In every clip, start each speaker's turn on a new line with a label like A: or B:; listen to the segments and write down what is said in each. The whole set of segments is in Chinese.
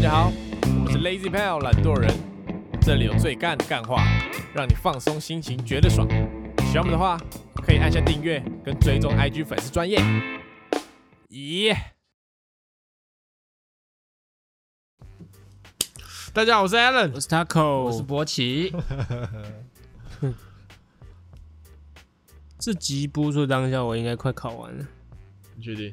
A: 家好，我是 Lazy Pal 懒惰人，这里有最干的干话，让你放松心情，觉得爽。喜欢我们的话，可以按下订阅跟追踪 IG 粉丝专业。咦、大家好，我是 Alan，
B: 我是 Taco，
C: 我是博奇，
B: 这集播出当下，我应该快考完了。
A: 你确定？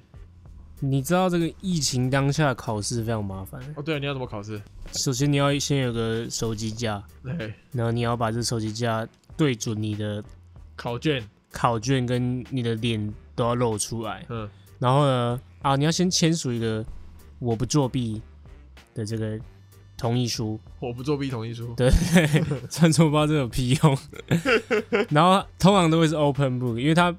B: 你知道这个疫情当下考试非常麻烦，
A: 哦，对了，你要怎么考试？
B: 首先你要先有个手机架，
A: 对，
B: 然后你要把这手机架对准你的
A: 考卷，
B: 考卷跟你的脸都要露出来，
A: 嗯，
B: 然后呢，啊，你要先签署一个我不作弊的这个同意书，
A: 我不作弊同意书，
B: 对，穿错包真的有屁用。 然后通常都会是 open book，因为他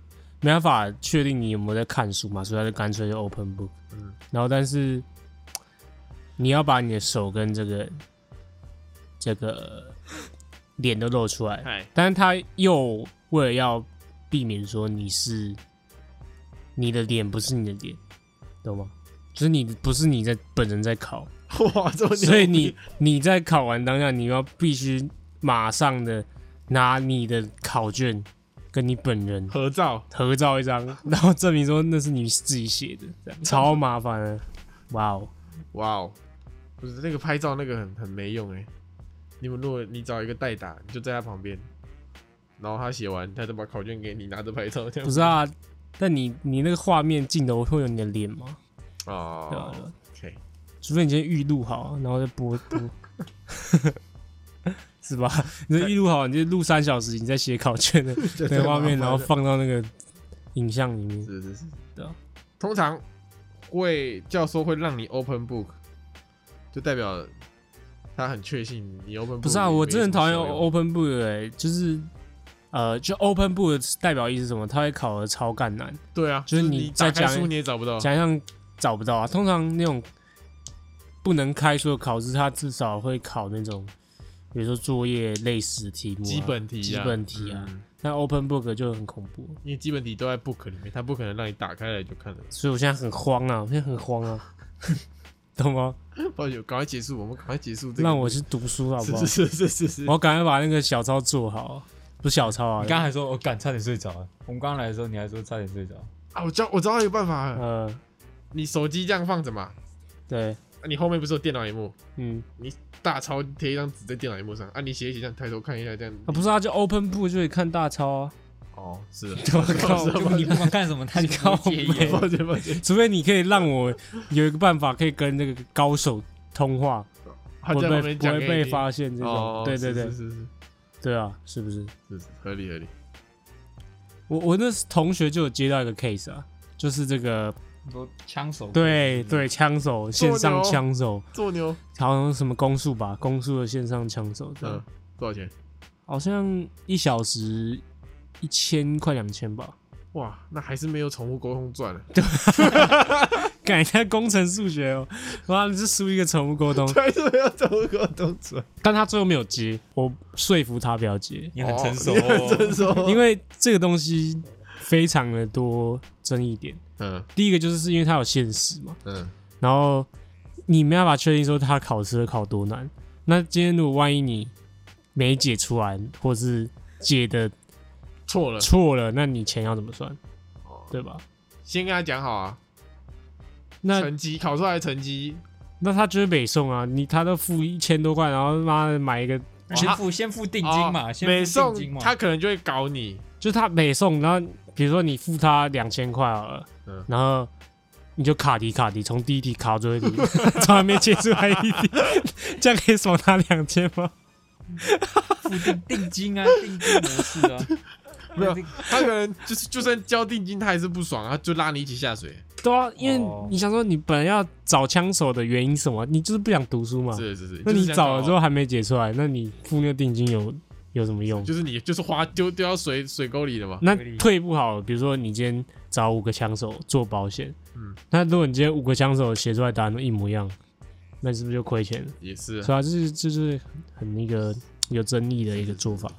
B: 没办法确定你有没有在看书嘛，所以他就干脆就 open book。
A: 嗯
B: 然后但是你要把你的手跟这个这个脸都露出来，
A: 嗨，
B: 但是他又为了要避免说你是你的脸不是你的脸，懂吗？就是你不是你在本人在考，
A: 哇，这么牛逼
B: 所以你你在考完当下，你要必须马上的拿你的考卷跟你本人
A: 合照，
B: 合照一张，然后证明说那是你自己写的，这样超麻烦的。哇哦，
A: 哇哦，不是那个拍照那个很很没用哎、你们如果你找一个代打，你就在他旁边，然后他写完，他就把考卷给你，拿着拍照这样。
B: 不是啊，但你你那个画面镜头会有你的脸吗？对啊
A: 哦
B: 对啊
A: ，OK，
B: 除非你先预录好，然后再播播，是吧？你这预录好，你就录三小时，你再写考卷的那个画面，然后放到那个影像里面。
A: 是是是，
B: 对啊
A: 通常会教授会让你 open book，就代表他很确信你 open book。
B: 不是啊，我真的很讨厌 open book，、欸、就是呃，就 open book 的代表意思是什么？它会考的超干难，
A: 对啊，
B: 就是
A: 是
B: 你
A: 打
B: 在
A: 开
B: 讲
A: 书你也找不到。
B: 想想找不到啊。通常那种不能开书的考试，它至少会考那种，比如说作业类似的题目、啊，
A: 基本题、啊，
B: 基本题啊
A: 嗯
B: 那 open book 就很恐怖，
A: 因为基本题都在 book 里面，他不可能让你打开来就看了。
B: 所以我现在很慌啊，我现在很慌啊， 懂吗？
A: 抱歉，赶快结束，我们赶快结束这个。
B: 让我去读书好不好？
A: 是是是是是
B: 我要赶快把那个小抄做好，不是小抄啊
C: 你，刚才还说我赶差点睡着啊，我们刚刚来的时候你还说差点睡着，
A: 啊！我知道我知道一个办法了，
B: 呃，
A: 你手机这样放着嘛，
B: 对，
A: 啊你后面不是有电脑荧幕，
B: 嗯。
A: 大抄贴一张纸在电脑荧幕上啊，你写一写这样抬头看一下这样。
B: 啊，不是啊，就 open book 就可以看大抄 啊。
A: 哦， 是的，
B: 我
A: 靠是啊
C: 你不管干什么，他就
B: 靠
C: 不介意
B: 背
A: 抱歉抱歉，
B: 除非你可以让我有一个办法可以跟那个高手通话，
A: 他
B: 不
A: 在旁
B: 会被
A: 边
B: 不
A: 讲给
B: 会
A: 你
B: 被
A: 听。
B: 发现这
A: 哦
B: 种。，对
A: 是
B: 对对
A: 是，是是
B: 对啊，是不是？
A: 是是合理合理。
B: 我我那时同学就有接到一个 case 啊，就是这个
C: 你说枪手
B: 对，对枪手线上
A: 牛
B: 枪手，
A: 做牛，
B: 好像什么攻速吧，攻速的线上枪手
A: 嗯
B: 这样，，
A: 多少钱？
B: 好像一小时一千快两千吧。
A: 哇，啊那还是没有宠物沟通 赚了。啊
B: 改一下工程数学哦，哇，你是输一个宠物沟通，
A: 还是没有宠物沟通赚。
B: 但他最后没有接，我说服他不要接。
C: 你很成熟
A: 哦你很成
C: 哦，
A: 熟。
B: 因为这个东西非常的多争议点。
A: 嗯
B: 第一个就是是因为它有限时嘛，
A: 嗯，
B: 然后你没办法确定说它考试会考多难。那今天如果万一你没解出来，或是解的
A: 错了，
B: 错了，那你钱要怎么算？
A: 哦
B: 对吧？
A: 先跟他讲好啊，
B: 那
A: 成绩考出来的成绩
B: 那他就是北送啊，你他都付一千多块，然后妈的买一个，
C: 先付先付定金嘛，
A: 哦
C: 先
A: 美
C: 付
A: 送
C: 定金嘛，
A: 他可能就会搞你，
B: 就是他北送，然后比如说你付他两千块好了，
A: 嗯
B: 然后你就卡题卡题，从第一题卡到最后一题， 从来没解出来一题， 这样可以少拿两千吗？
C: 付定定金啊，定金模式啊，
A: 没有他可能就是就算交定金，他还是不爽，啊他就拉你一起下水。
B: 对啊，因为
C: 哦
B: 你想说你本来要找枪手的原因是什么？你就是不想读
C: 啊
B: 书嘛。
A: 是是是，
B: 那
A: 就是
B: 你
A: 想
B: 找了之
A: 搞
B: 后还没解出来，那你付那个定金有有什么用？
A: 就是你就是花丢丢到水水沟里了
C: 啊
A: 嘛？
B: 那退步好了，比如说你今天找五个枪手做保险，
A: 嗯
B: 那如果你今天五个枪手写出来答案都一模一样，那是不是就亏钱了？
A: 也是
B: 是啊，这是这是很那个有争议的一个做法。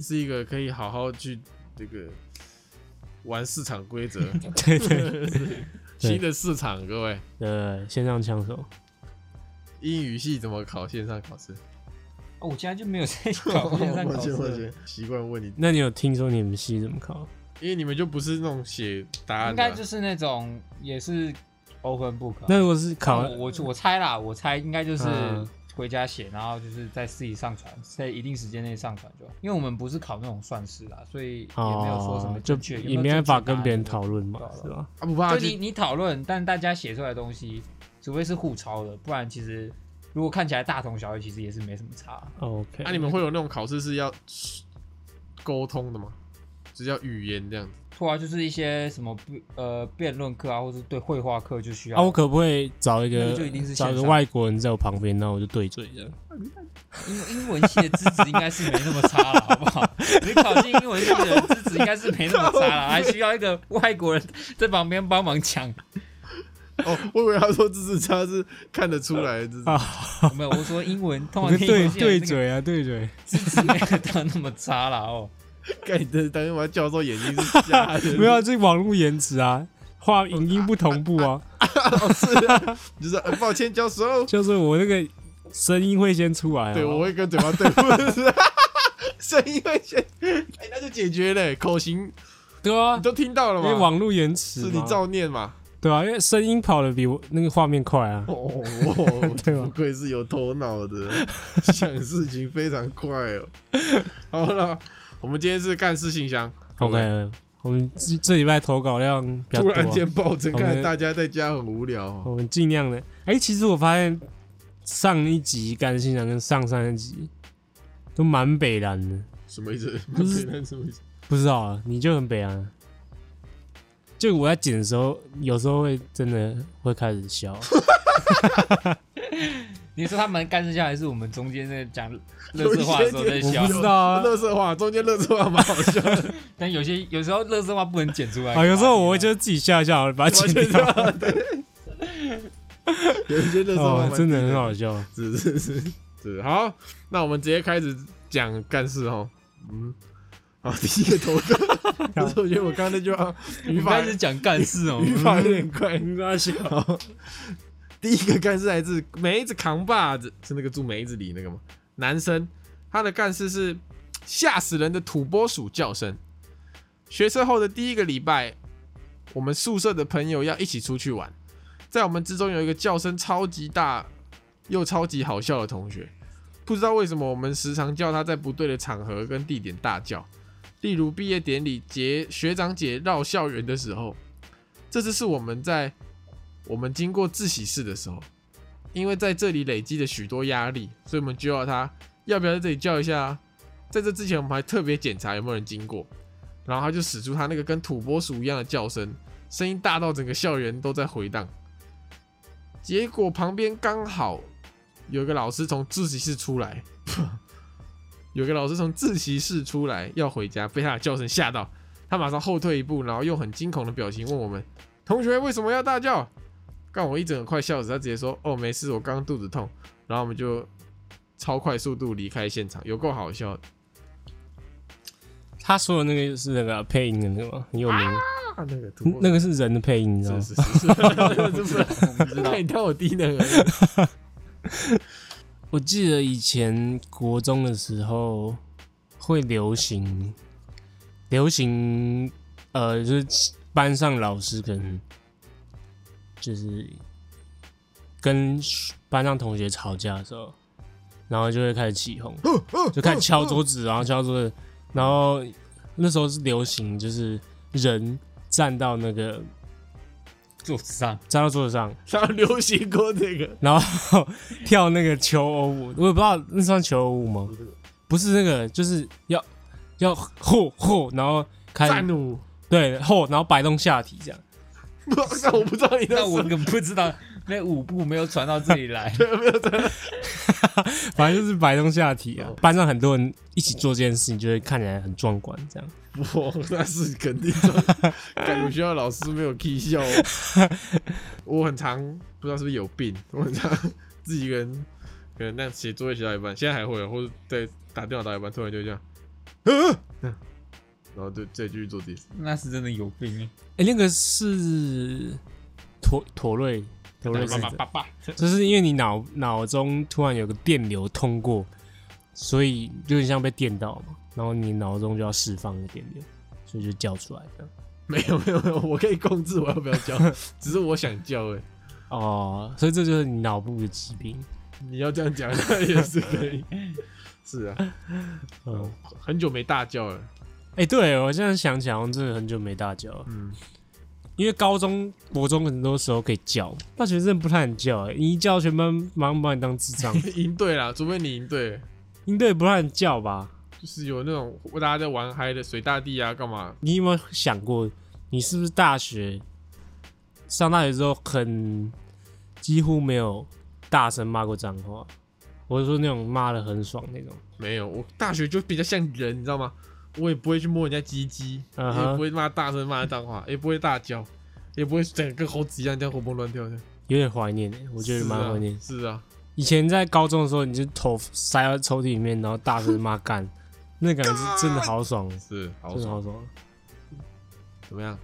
A: 是一个可以好好去这个玩市场规 则，
C: 嗯
B: 对对
A: 新的市场，各位
B: 呃，线上枪手，
A: 英语系怎么考线上考试？
C: 哦，我现在就没有在 考哦线 上
A: 抱
C: 考
A: 歉抱
C: 试
A: 歉，，习惯问你，
B: 那你有听说你们系怎么考？
A: 因为你们就不是那种写答案
C: 应
A: 的啊、
C: 该就是那种也是 open book 啊。
B: 那如果是考
C: 我我我猜啦，我猜应该就是
B: 嗯
C: 回家写，然后就是在自己上传，在一定时间内上传就好。因为我们不是考那种算式啦，所以也没有说什么
B: 哦就
C: 正确，
B: 也
C: 有
B: 没
C: 有
B: 办法
C: 正确答案
B: 跟别人
C: 这个
B: 讨论嘛
C: 对啊，
B: 是吧？
A: 啊，不怕
C: 就
A: 就
C: 你你讨论，但大家写出来的东西，除非是互抄的，不然其实如果看起来大同小异，其实也是没什么差。
B: 哦 OK，
A: 啊，你们会有那种考试是要沟通的吗？只要语言这样子？
C: 或啊，就是一些什么辩呃辩论课啊，或是对绘画课就需要。
B: 啊，我可不可以找一
C: 那
B: 个
C: 个就一定是
B: 找一个
C: 线上
B: 外国人在我旁边，然后我就对嘴这样？
C: 英英文系的资质应该是没那么差了，好不好？你考进英文系的资质应该是没那么差了，还需要一个外国人在旁边帮忙讲。
A: 哦，我以为他说自是他是看得出来的自
B: 啊
C: 没有，我说英文通
B: 我
C: 常
B: 就
C: 听英
B: 对
C: 文
B: 对
C: 系的那个
B: 嘴啊，对嘴。
C: 资质没有到那么差了哦。
A: 看你的当妈教授眼睛是瞎的，
B: 没有啊，这网络延迟啊，话影音不同步啊，
A: 考试啊，就是呃抱歉教授，
B: 就是我那个声音会先出来啊。
A: 对我会跟嘴巴对付，声音会先，哎，那就解决了，口型
B: 对啊
A: 你，都听到了
B: 因为
A: 吗？
B: 网络延迟
A: 是
B: 嘛
A: 你照念嘛？
B: 对啊，因为声音跑的比我那个画面快啊。
A: 哦，
B: 对吧
A: 不愧是有头脑的，想事情非常快哦。好了，我们今天是干事信箱。各
B: OK，
A: 位
B: 我们这这礼拜投稿量比较
A: 突
B: 多啊、
A: 然间暴增，
B: 我们
A: 看大家在家很无聊哦。
B: 我们尽量的。哎、其实我发现上一集干信长跟上上一集都蛮北蓝的，
A: 什么意思？
B: 不是
A: 那什么意思？
B: 不知道啊，你就很北蓝。就我在剪的时候，有时候会真的会开 始笑。
C: 你说他们干事下还是我们中间在讲乐色话的时候在
A: 有一些
C: 笑
B: 我不？知道啊
A: 乐色话中间乐色话蛮好笑 的，
C: 但有些有时候乐色话不能剪出来。
B: 啊，有时候我会就自己笑一笑，把它
A: 完
B: 剪
A: 全
B: 掉。
A: 笑 对。有一些乐色话
B: 哦，
A: 蛮
B: 真的很好笑。
A: 是是是是，好，那我们直接开始讲干事哦。嗯，好，第一个投 稿，但是我觉得我刚刚那句话语
C: 你
A: 法
C: 开始讲干事 哦，
A: 语法有点怪。
B: 大笑，
A: 好，第一个干事来自梅子扛把子，是那个住梅子里那个吗？男生，他的干事是吓死人的土拨鼠叫声。学车后的第一个礼拜，我们宿舍的朋友要一起出去玩，在我们之中有一个叫声超级大又超级好笑的同学，不知道为什么我们时常叫他在不对的场合跟地点大叫，例如毕业典礼结学长姐绕校园的时候。这次是我们在我们经过自习室的时候，因为在这里累积了许多压力，所以我们就要他要不要在这里叫一下、啊。在这之前，我们还特别检查有没有人经过，然后他就使出他那个跟土拨鼠一样的叫声，声音大到整个校园都在回荡。结果旁边刚好有个老师从自习室出来， 有个老师从自习室出来要回家，被他的叫声吓到，他马上后退一步，然后用很惊恐的表情问我们：“同学为什么要大叫？”干我一整个快笑死，他直接说：“哦，没事，我刚刚肚子痛。”然后我们就超快速度离开现场，有够好笑的
B: 他说的那个是那个啊配音的那个吗？很有名，
A: 啊！那个土
B: 嗯
A: 拨
B: 那个是人的配音，你知道吗？
A: 是是是 是，这不是
C: 我不知道
A: 那。你当我低能儿？
B: 我记得以前国中的时候会流行，流行，呃，就是班上老师可能就是跟班上同学吵架的时候，然后就会开始起哄，就开始敲桌子，然后敲桌子，然后那时候是流行，就是人站到那个
C: 桌子上，
B: 站到桌子上，
A: 他流行过这个，
B: 然后跳那个求偶舞，我也不知道那算求偶舞吗？不是那个，就是要要吼吼，然后开
A: 战舞。
B: 对吼，然后摆动下体这样。
A: 不， 那我不知道你在
C: 那
A: 说
C: 我根本不知道那舞步没有传到这里 来。
B: 反正就是摆动下体啊，班上很多人一起做这件事情，就会看起来很壮观，这样
A: 我那是肯定的。感觉学校老师没有 K 笑哦。我很常不知道是不是有病，我很常自己一个人，可能那样写作业写到一半，现在还会，或者在打电话打一半，突然就这样，嗯， 然后就再继续做自己的事。
C: 那是真的有病欸。
B: 哎、那个是妥妥瑞都认识
C: 叭
B: 的。
C: 叭叭叭，
B: 就是因为你脑脑中突然有个电流通过，所以有点像被电到嘛，然后你脑中就要释放那电流，所以就叫出来的。
A: 没有没有没有，我可以控制我要不要叫，只是我想叫哎、
B: 哦，所以这就是你脑部的疾病。
A: 你要这样讲那也是可以。是啊，
B: 嗯，
A: 很久没大叫了。
B: 哎、对我现在想起来，我真的很久没大叫了，
A: 嗯，
B: 因为高中、国中很多时候可以叫，大学真的不太能叫、哎，你一叫全班马上把你当智 障，
A: 赢对啦，除非你赢对，
B: 应对不太能叫吧？
A: 就是有那种大家在玩嗨的水大地啊，干嘛？
B: 你有没有想过，你是不是大学上大学之后很几乎没有大声骂过脏话？我是说那种骂的很爽那种。
A: 没有，我大学就比较像人，你知道吗？我也不会去摸人家鸡鸡
B: 嗯哼
A: 也不会骂大声骂脏话，也不会大叫，也不会整个跟猴子一样这样活蹦乱跳的。
B: 有点怀念、欸，我觉得蛮怀念。
A: 是啊。是啊，
B: 以前在高中的时候，你就头塞到抽屉里面，然后大声骂干，那感觉是真的好爽，
A: 是好
B: 真的
A: 爽。
B: 好爽。
A: 怎么样？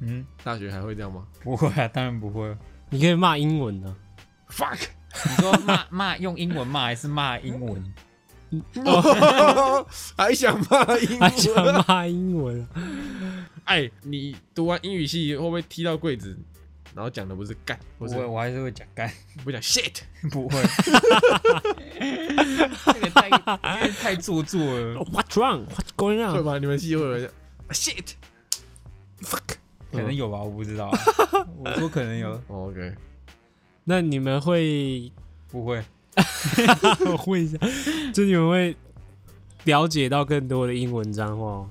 C: 嗯，
A: 大学还会这样 吗
C: 不会啊，当然不会。
B: 你可以骂英文啊的、
A: ？Fuck！
C: 你说骂 骂用英文骂还是骂英文？
A: 还想骂英
B: 还想
A: 文？啊
B: 骂英文啊、
A: 哎，你读完英语系会不会踢到柜子？然后讲的不是干，
C: 不
A: 不是
C: 会，我还是会讲 干，
A: 不讲 shit。
C: 不会。这个太这个太做作 了，
B: What's wrong? What's going
A: 会
B: on?
A: 吧？你们系会有人 shit fuck
C: 可能有吧，我不知 道啊。我说可能有，
A: 哦。OK，
B: 那你们会
C: 不会。
B: 我问一下，就你们会了解到更多的英文脏话吗？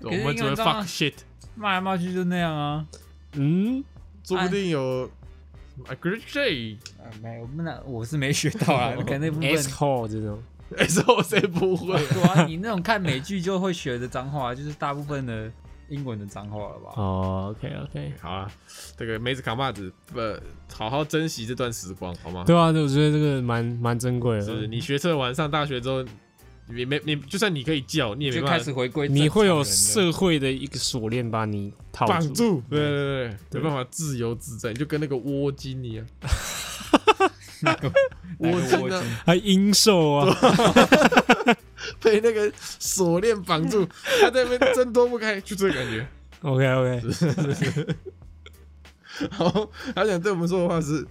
A: 我
C: 是
A: 们只
C: 英
A: 会
C: 文脏啊
A: fuck shit，
C: 骂来骂去就那样啊。
B: 嗯，
A: 说不定有 I could say
C: 啊，没有，那我是没学到 啊，可能那部分。
A: 哎
B: s hole 这种，
A: S O C 不会。
C: 对啊，你那种看美剧就会学的脏话，就是大部分的英文的脏话了吧？
B: 哦，OK，OK、o k OK，
A: 好啊，这个梅子卡帽子，呃，好好珍惜这段时光，好吗？
B: 对啊，对我觉得这个蛮蛮珍贵
A: 是
B: 的，
A: 你学测完上大学之后，你没你就算你可以叫，你也没
C: 就
A: 办
C: 开
A: 法
C: 始回归，
B: 你会有社会的一个锁链把你套
A: 绑
B: 住，
A: 住，对对对，没办法自由自在，你就跟那个窝精一样，
C: 那个
A: 我
C: 我
A: 真
C: 真
A: 的
C: 的
B: 还阴 兽啊，
A: 被那个锁链绑 住，他在那边挣脱不开，就这个感觉。
B: ，OK OK，
A: 好，他想对我们说的话是：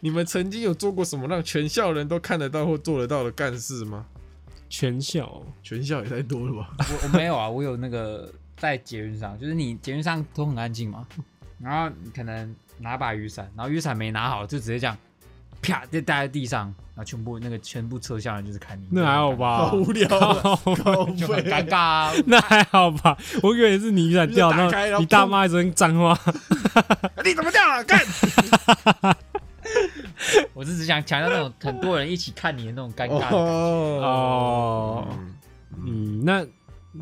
A: 你们曾经有做过什么让全校人都看得到或做得到的干事 吗？
B: 全校
A: 全校也太多了吧？
C: 我我没有啊，我有那个在捷运上，就是你捷运上都很安静嘛，然后你可能拿把雨伞，然后雨伞没拿好，就直接这样啪就掉在地上，然后全部那个全部车厢人就是看你，
B: 那还好？吧
A: 好，无聊啊，
B: 好
A: 好
C: 就很尴
A: 废。
C: 尬啊，
B: 那还好吧，我以为是你雨伞掉，
A: 你就打
B: 然
A: 开然
B: 后
A: 后
B: 你大
A: 砰
B: 骂一声脏话，
A: 你怎么这样啊？干！
C: 我是只想强调那种很多人一起看你的那种尴尬的。
A: 哦
B: 哦嗯，那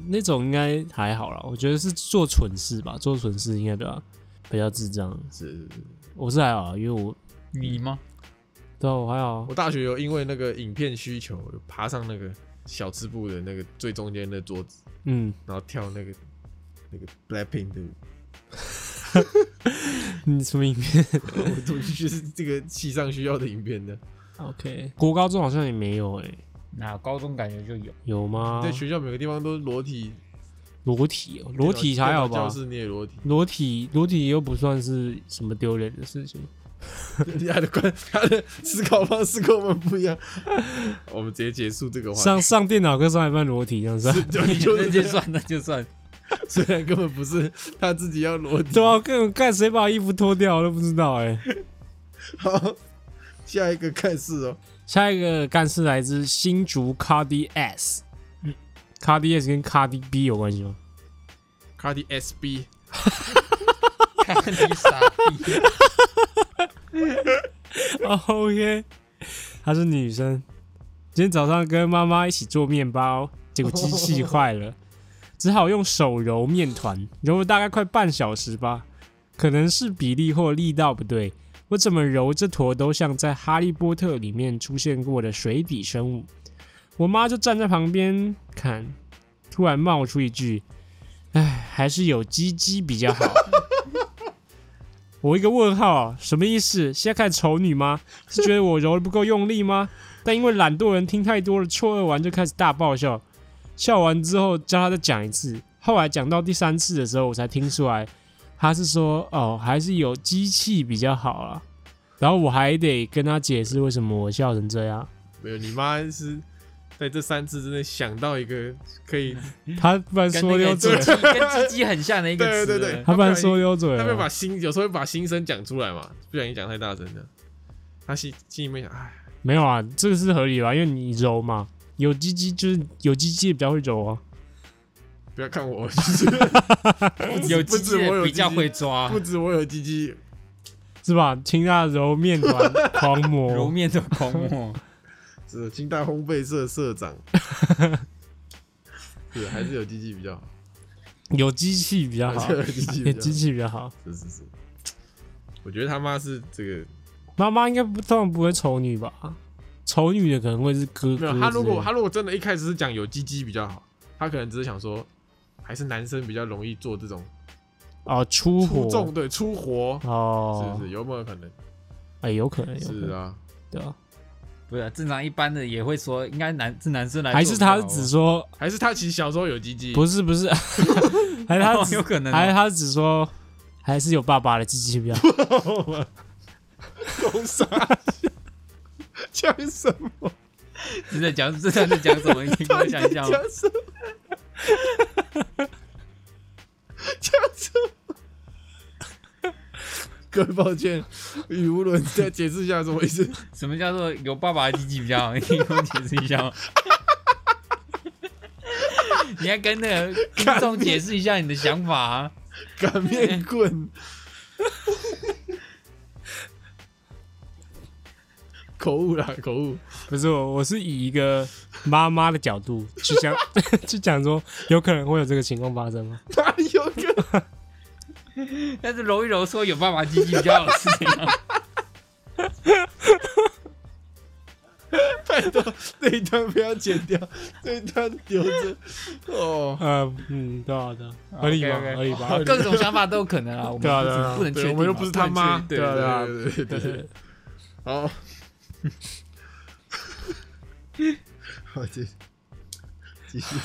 B: 那种应该还好啦，我觉得是做蠢事吧，做蠢事应该比较比较智障。
A: 是，
B: 我是还好啊，因为我
C: 你吗？
B: 对啊，我还好啊
A: 我，大学有因为那个影片需求，有爬上那个小吃部的那个最中间的桌子，
B: 嗯，
A: 然后跳那个那个 Blackpink 的舞。
B: 你什么影片
A: 我都就是这个戏上需要的影片的，
B: ？OK，国 高中好像也没有诶、
C: 那高中感觉 就有，
B: 有吗？
A: 在学校每个地方都裸体，
B: 裸体哦、裸体还好
A: 电脑教
B: 吧？
A: 室你也裸体，
B: 裸体裸体又不算是什么丢脸的事情。
A: 他的观他的思考方式跟我们不一样。我们直接结束这个话题，
B: 上上电脑课上一半裸体这样子，
A: 就你就
C: 那
A: 是
C: 就
A: 这 样，
C: 算那就算。
A: 虽然根本不是他自己要裸体。
B: 对啊，干干谁把衣服脱掉我都不知道欸诶、
A: 好，下一个看是哦，
B: 下一个干事来自新竹 Cardi S，c a r d i S 跟 Cardi B 有关系吗？
A: 卡迪 SB，
C: 看你傻逼，
B: 哦，OK，她是女生。今天早上跟妈妈一起做面包，结果机器坏了，只好用手揉面团，揉了大概快半小时吧。可能是比例或力道不对，我怎么揉这坨都像在《哈利波特》里面出现过的水底生物。我妈就站在旁边看，突然冒出一句：“哎，还是有鸡鸡比较好。”我一个问号啊，什么意思？现在开始丑女 吗？是觉得我揉的不够用力吗？但因为懒惰人听太多了，错愕完就开始大爆笑，笑完之后叫他再讲一次，后来讲到第三次的时候，我才听出来他是说哦，还是有机器比较好啊。然后我还得跟他解释为什么我笑成这样，
A: 没有，你妈是在这三次之内想到一个可以，
B: 嗯他不然
C: 跟
B: 说
C: 那
B: 溜
C: 个
B: 嘴
C: 鸡，鸡跟鸡鸡很像的一个
A: 对对
C: 词。
A: 对对
B: 他不然说溜嘴啊
A: 他会
B: 了
A: 把。心有时候会把心声讲出来嘛，不小心讲太大声了。他心心里面想，哎，
B: 没有啊，这个是合理吧？因为你揉嘛，有鸡鸡就是有鸡鸡比较会揉啊。
A: 不要看我，就是
C: 有
A: 不止
C: 鸡鸡
A: 我有
C: 的比
A: 鸡
C: 较
A: 鸡
C: 会
B: 啊
C: 抓
A: 不，止我有鸡鸡，
B: 是吧？清大揉面团狂
C: 揉
B: 魔，
C: 面的狂魔。
A: 是清大烘焙社社长， 是还是有鸡鸡比较好，
B: 有机器比较
A: 还
B: 好 啊
A: 是，有鸡鸡
B: 有
A: 比较
B: 机
A: 好，
B: 器比较好。
A: 是是是。我觉得他妈是这个
B: 妈妈应该不通常不会丑女吧？丑女的可能会是哥
A: 没
B: 哥之
A: 有
B: 类的。
A: 他，如果他如果真的一开始是讲有鸡鸡比较好，他可能只是想说，还是男生比较容易做这种
B: 哦出
A: 出众，
B: 火
A: 对出活，是
B: 哦
A: 不，是有没有可能？
B: 哎，有可能，有可
A: 是
B: 能，
A: 啊，
B: 对啊。
C: 不是啊正常一般的也会说，应该男是男生来做
B: 还
C: 比较好啊，
B: 是他只说
A: 还是他其实小时候有鸡鸡，
B: 不是不是， 还是他
C: 哦
B: 只
C: 有可
A: 啊
C: 能哦
B: 还是他只说还是有爸爸的机器比较好。
A: 公傻，讲什么？
C: 是在讲正常在讲什么？你给我讲一下
A: 讲
C: 吗。
A: 什么？讲什么？各位抱歉，语无伦次，再解释一下什么意思？
C: 什么叫做有爸爸的鸡鸡比较好？你给我解释一下 吗？你要跟那个听众解释一下你的想法啊！
A: 擀面棍，口误啦，口误。
B: 不是我，我是以一个妈妈的角度去讲， 去讲说有可能会有这个情况发生吗？
A: 哪里有个？
C: 但是揉一揉说有爸爸鸡鸡比较好是这样，
A: 拜托，这一段不要剪掉，这一段留着。哦，
B: 呃，嗯，对啊，对啊，合理吧
C: OK，OK
B: 合理吧，合
C: 哦
B: 理吧
C: 各种想法都有可能啊。我们
B: 对啊
C: 不
B: 对啊
C: 止不能确
A: 对，
C: 定
A: 我
C: 嘛，
A: 们又不是他妈，
C: 不能确
A: 对
C: 定
B: 对啊
A: 对对对对。好，好继继续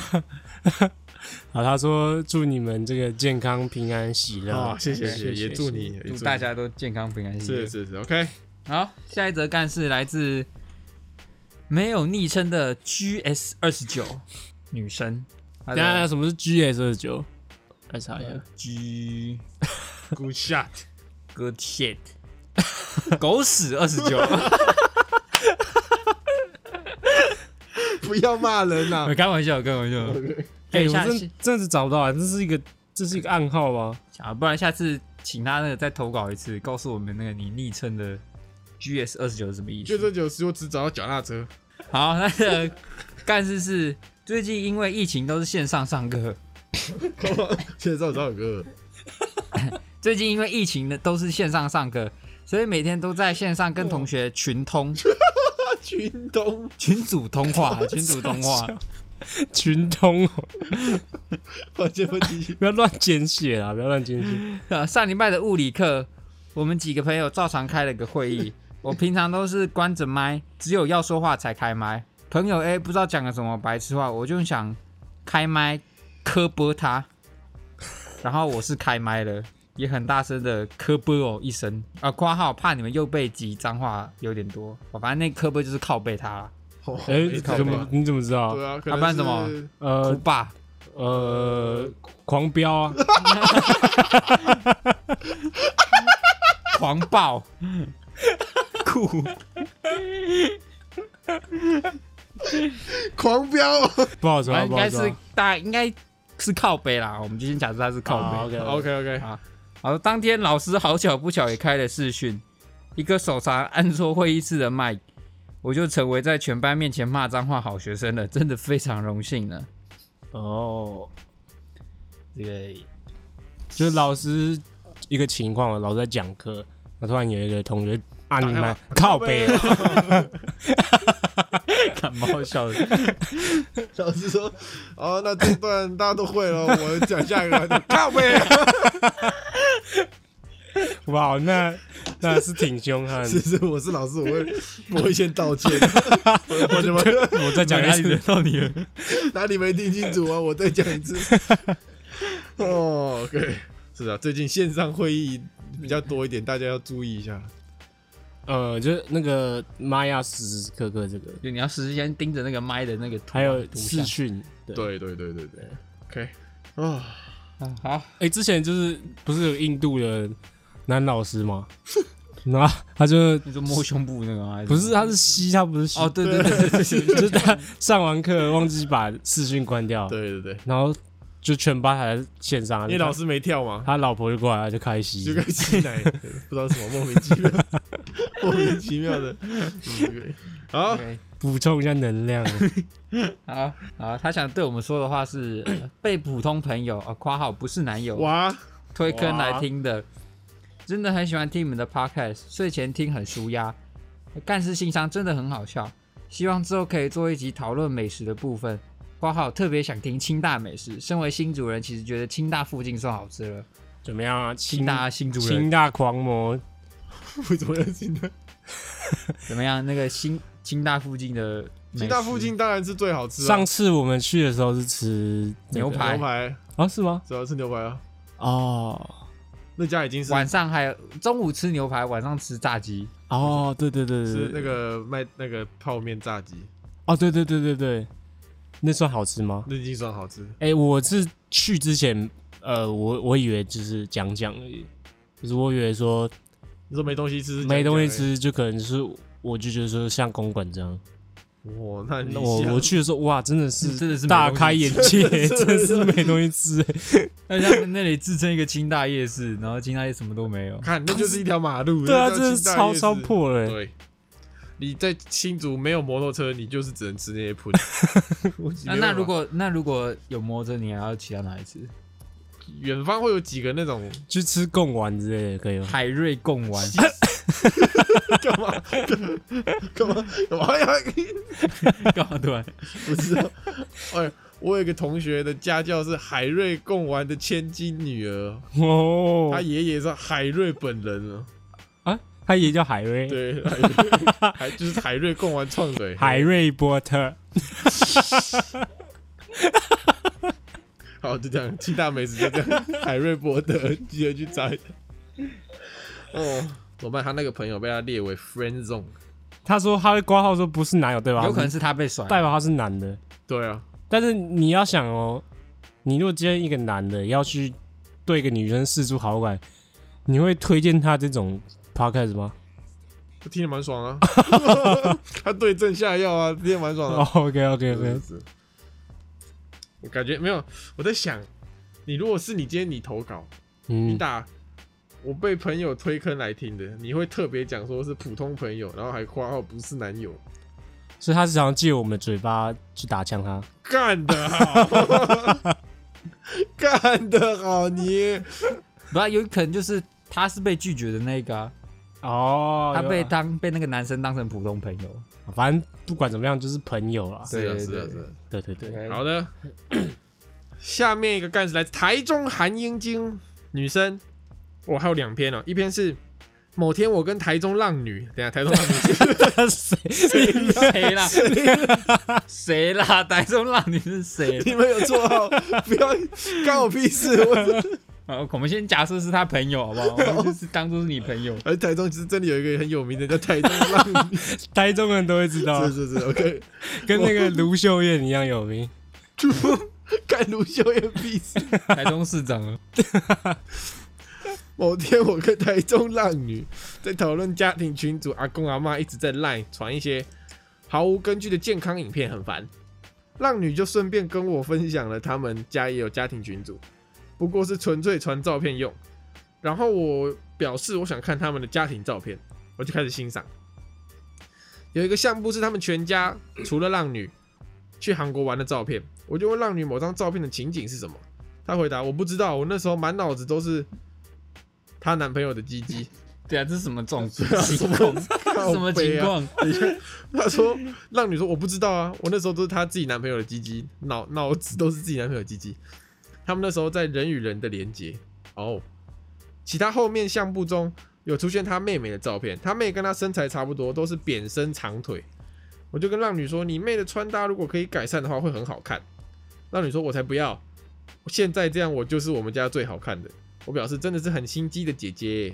B: 好，他说祝你们这个健康、平安、喜乐
A: 啊，。谢谢
B: 谢谢
A: 也祝你，也
C: 祝大家都健康平安喜乐
A: 是。是是，OK，
C: 好，下一则干事来自没有昵称的 GS 二十九女生，她
B: 等一下
C: 的
B: 什么是 GS 二九？来查一下。
C: G
A: Good shot，
C: good shit，狗屎二十九，
A: 不要骂人呐
C: 我开玩笑，开玩笑。
B: 哎，我
C: 下
B: 真
C: 次
B: 真的是找不到啊，这是一个这是一个暗号吗？
C: 啊，不然下次请他那个再投稿一次，告诉我们那个你昵称的 GS 二十九是什么意
A: 就
C: 思。
A: 这九十，我只找到脚踏车，
C: 好，那个干事是最近因为疫情都是线上上课，
A: 现在找找歌，
C: 最近因为疫情呢都是线上上课，所以每天都在线上跟同学 群通、
A: 啊，群东，
C: 群组通 话、群组通话。
B: 群通哦，
A: 抱歉，我继续。
B: 不要乱简写啊，不要乱简写。
C: 啊，上礼拜的物理课，我们几个朋友照常开了个会 议。我平常都是关着麦，只有要说话才开麦。朋友 A 不知道讲了什么白痴话，我就想开麦磕波他，然后我是开麦了，也很大声的磕波哦一声啊，括号怕你们又被挤脏话有点多，我反正那磕波就是靠背他啦，
A: 哦
B: 哎，怎么？你怎么知道
A: 对？啊，可
C: 啊
A: 能
C: 不然
A: 是
C: 怎么哭
B: 呃
C: 爸，
B: 呃，狂飙啊！
C: 狂 暴，酷。
A: 狂飙
B: 不好抓，
C: 反正
B: 不
C: 啊应
B: 好啊
C: 该
B: 抓
C: 是。大应该是靠背啦，我们就先假设他是靠背。
B: OK
A: ？OK OK，
C: 好，当天老师好巧不巧也开了视讯，一个手残按错会议室的麦，我就成为在全班面前骂脏话好学生了，真的非常荣幸呢。
B: 哦，
C: 这个
B: 就是老师一个情况嘛，老师在讲课，那突然有一个同学按你麦靠背，啊
C: 感冒笑的，
A: 老师说，哦，那这段 大家都会了，我讲下一个，靠背，
B: 哇，那那是挺凶悍
A: 是
B: 的。
A: 是，我是老师，我会我会先道歉，我怎么
B: 我再讲一次，
C: 到你了，
A: 哪里没听清楚啊？我再讲一 次。哦，OK，是啊，最近线上会议比较多一点，大家要注意一下。
B: 呃，就是那个妈呀，时时刻刻这个，
C: 就你要时间盯着那个麦的那个图，啊
B: 还有
C: 图
B: 视
C: 像。
B: 讯，对
A: 对对对对对，OK，啊，
C: 啊好，
B: 哎、之前就是不是有印度的男老师吗？ 然后他就
C: 你说摸胸部那个吗？还
B: 不是，他是吸，他不是吸，
C: 哦，对对对对对，
B: 就是他上完课忘记把视讯关掉，
A: 对对对，
B: 然后就全班还在线上，
A: 因为老师没跳嘛，
B: 他老婆就过来就开吸，
A: 就跟吸奶，不知道什么莫名其 妙，莫名其妙的。嗯，OK 好，
C: OK，
B: 补充一下能 量。
C: 好好，他想对我们说的话是 呃被普通朋友啊，括号不是男友
A: 哇，
C: 推坑来
A: 哇
C: 听的，真的很喜欢听你们的 podcast，睡前听很舒压，干事信箱真的很好笑，希望之后可以做一集讨论美食的部分。括号特别想听清大美食，身为新主人，其实觉得清大附近算好吃了。
B: 怎么样啊？清
C: 清大新主人
B: 清大狂魔，
A: 为什么要进呢？
C: 怎么样？那个新清大附近的美食
A: 清大附近当然是最好吃啊，
B: 上次我们去的时候是吃那个
C: 牛排
A: 牛排，
B: 啊？是吗？
A: 主要吃牛排啊，
B: 哦
A: 那家已经是
C: 晚上还有中午吃牛排，晚上吃 炸鸡，
B: 哦，对对对
A: 是
B: 对
A: 那
B: 对，
A: 个卖那个泡面炸鸡，
B: 哦对对对对对，那算好吃吗？
A: 那已经算好吃。
B: 哎、我是去之前，呃，我我以为就是讲讲而已，就是我以为说
A: 你说没东西吃，
B: 没东西，吃，就可能就是我就觉得说像公馆这样。
A: 哇，那你
B: 那我我去的时候，哇，真的是
C: 嗯真的是没
B: 大
C: 东西
B: 开
C: 吃
B: 眼界，
A: 是
B: 真是没东西吃、欸
C: 那他们那里自称一个清大夜市，然后清大夜什么都 没有。
A: 看那就是一条马路，
B: 对啊，
A: 那叫
B: 真的是
A: 清大
B: 超
A: 夜市
B: 超。破了、欸
A: 对，你在新竹没有摩托车，你就是只能吃那些 铺。我
C: 那
A: 没办
C: 那
A: 法
C: 如果那如果有摩托车，你还要骑到哪里吃？
A: 远方会有几个那种
B: 去吃贡丸之类的可以吗？
C: 海瑞贡丸，
A: 干嘛干嘛 干嘛呀？
C: 干嘛突然？
A: 不知道。 哎，我有一个同学的家教是海瑞贡丸的千金女儿，
B: 哦，
A: 她爷爷是海瑞本人啊。
B: 啊，他也叫海瑞，
A: 对，海瑞海 就是海瑞贡丸创水，
B: 海瑞波特。
A: 好，就这样，七大美食就这样。海瑞伯德，记得去找一下。哦，怎么办？他那个朋友被他列为 friend zone。
B: 他说他的挂号说不是男友对吧？
C: 有可能是他被甩
B: 代表他是男的，
A: 对啊，
B: 但是你要想哦，你如果今天一个男的要去对一个女生示出好感，你会推荐他这种 podcast 吗、
A: 我听得蛮爽啊。 他对症下药啊，听得蛮爽
C: 呃
A: 的、
B: 哦 o k OK
A: 是
B: OK，
A: 是是我感觉没有，我在想，你如果是你今天你投稿，你
B: 嗯，
A: 打我被朋友推坑来听的，你会特别讲说是普通朋友，然后还括号不是男友，
B: 所以他是想要借我们的嘴巴去打枪他。
A: 干得好， 干得好你。
C: 不然有可能就是他是被拒绝的那个啊，
B: 哦
C: 他被，当被那个男生当成普通朋友。
B: 反正不管怎么样就是朋友啦。
A: 是啊，
C: 对
A: 是啊，
C: 对
A: 是啊。
B: 对对 对，
A: 好的，下面一个干事来自台中韩英晶女生，我还有两篇哦，一篇是某天我跟台中浪女，等一下台中浪女是
B: 谁
C: 谁啦？ 谁啦？台中浪你是谁？
A: 你们有绰号，不要干我屁 事，我是
C: 啊，我们先假设是他朋友好不好？ 我们就是当做是你朋友。
A: 而哎台中其实真的有一个很有名的叫台中浪女，
B: 台中人都会知道， 啊
A: 是是是，OK，
B: 跟那个卢秀燕一样有名。
A: 干卢秀燕屁事。
C: 台中市长了，
A: 某天，我跟台中浪女在讨论家庭群啊组，阿公阿妈一直在赖传一些毫无根据的健康影片，很烦。浪女就顺便跟我分享了他们家也有家庭群组，不过是纯粹传照片用。然后我表示我想看他们的家庭照片，我就开始欣赏。有一个相簿是他们全家除了浪女去韩国玩的照片，我就问浪女某张照片的情景是什么，她回答我不知道，我那时候满脑子都是她男朋友的鸡 鸡。
C: 对啊，这是什么种族 情况？
A: 什
C: 什么情？况？
B: 啊
A: 她啊说，让你说我不知道啊，我那时候都是她自己男朋友的鸡鸡，脑脑子都是自己男朋友的鸡鸡。他们那时候在人与人的连接，哦，其他后面相簿中有出现他妹妹的照片，他妹跟他身材差不多，都是扁身长腿。我就跟浪女说：“你妹的穿搭如果可以改善的话，会很好看。”浪女说：“我才不要，现在这样我就是我们家最好看的。”我表示真的是很心机的姐姐。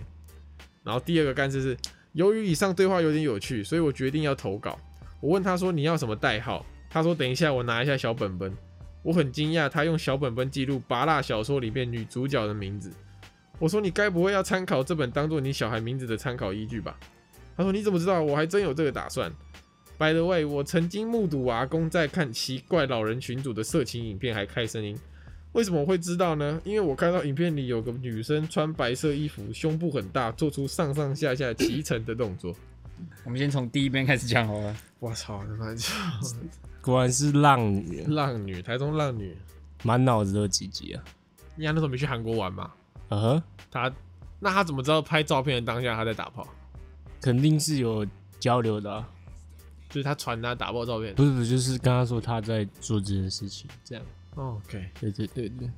A: 然后第二个干事是，由于以上对话有点有趣，所以我决定要投稿。我问他说：“你要什么代号？”他说：“等一下，我拿一下小本本。”我很惊讶，他用小本本记录拔蜡小说里面女主角的名字。我说：“你该不会要参考这本当做你小孩名字的参考依据吧？”他说：“你怎么知道？我还真有这个打算。”By the way，我曾经目睹阿公在看奇怪老人群组的色情影片，还开声音。为什么我会知道呢？因为我看到影片里有个女生穿白色衣服，胸部很大，做出上上下下骑乘的动作。
C: 我们先从第一边开始讲好了。
A: 我操，他妈
B: 果然是浪女啊，
A: 浪女，台中浪女。
B: 满脑子都是姐姐啊。
A: 你那时候没去韩国玩嘛？
B: 啊哈，
A: 他那他怎么知道拍照片的当下他在打炮？
B: 肯定是有交流的、啊，
A: 就是他传他打炮照片。
B: 不是不是，就是跟他说他在做这件事情，这样。
A: 哦 OK，
B: 对对对对，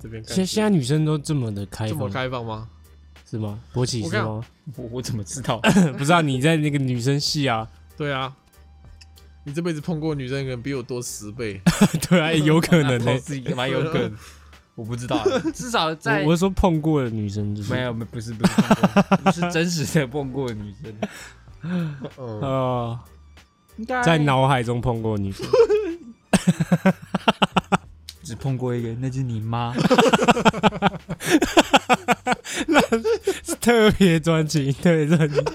A: 这边
B: 现在现在女生都这么的开
A: 这么
B: 放，
A: 开放吗？
B: 是吗？勃起
A: 我
B: 是
A: 看
B: 吗？
C: 我我怎么知道？
B: 不知道你在那个女生系啊？
A: 对啊，你这辈子碰过女生可能比我多十倍。
B: 对啊，有可 能呢、
C: 投资也蛮有可能，我不知道啊，至少在
B: 我我是说碰过的女生就是
C: 没有，没不是不是碰过，不是真实的碰过的女生，
A: 嗯，
B: 呃，
C: 应该
B: 在脑海中碰过的女生，
C: 只碰过一个，那就是你妈。
B: 特别专情，特别专 情。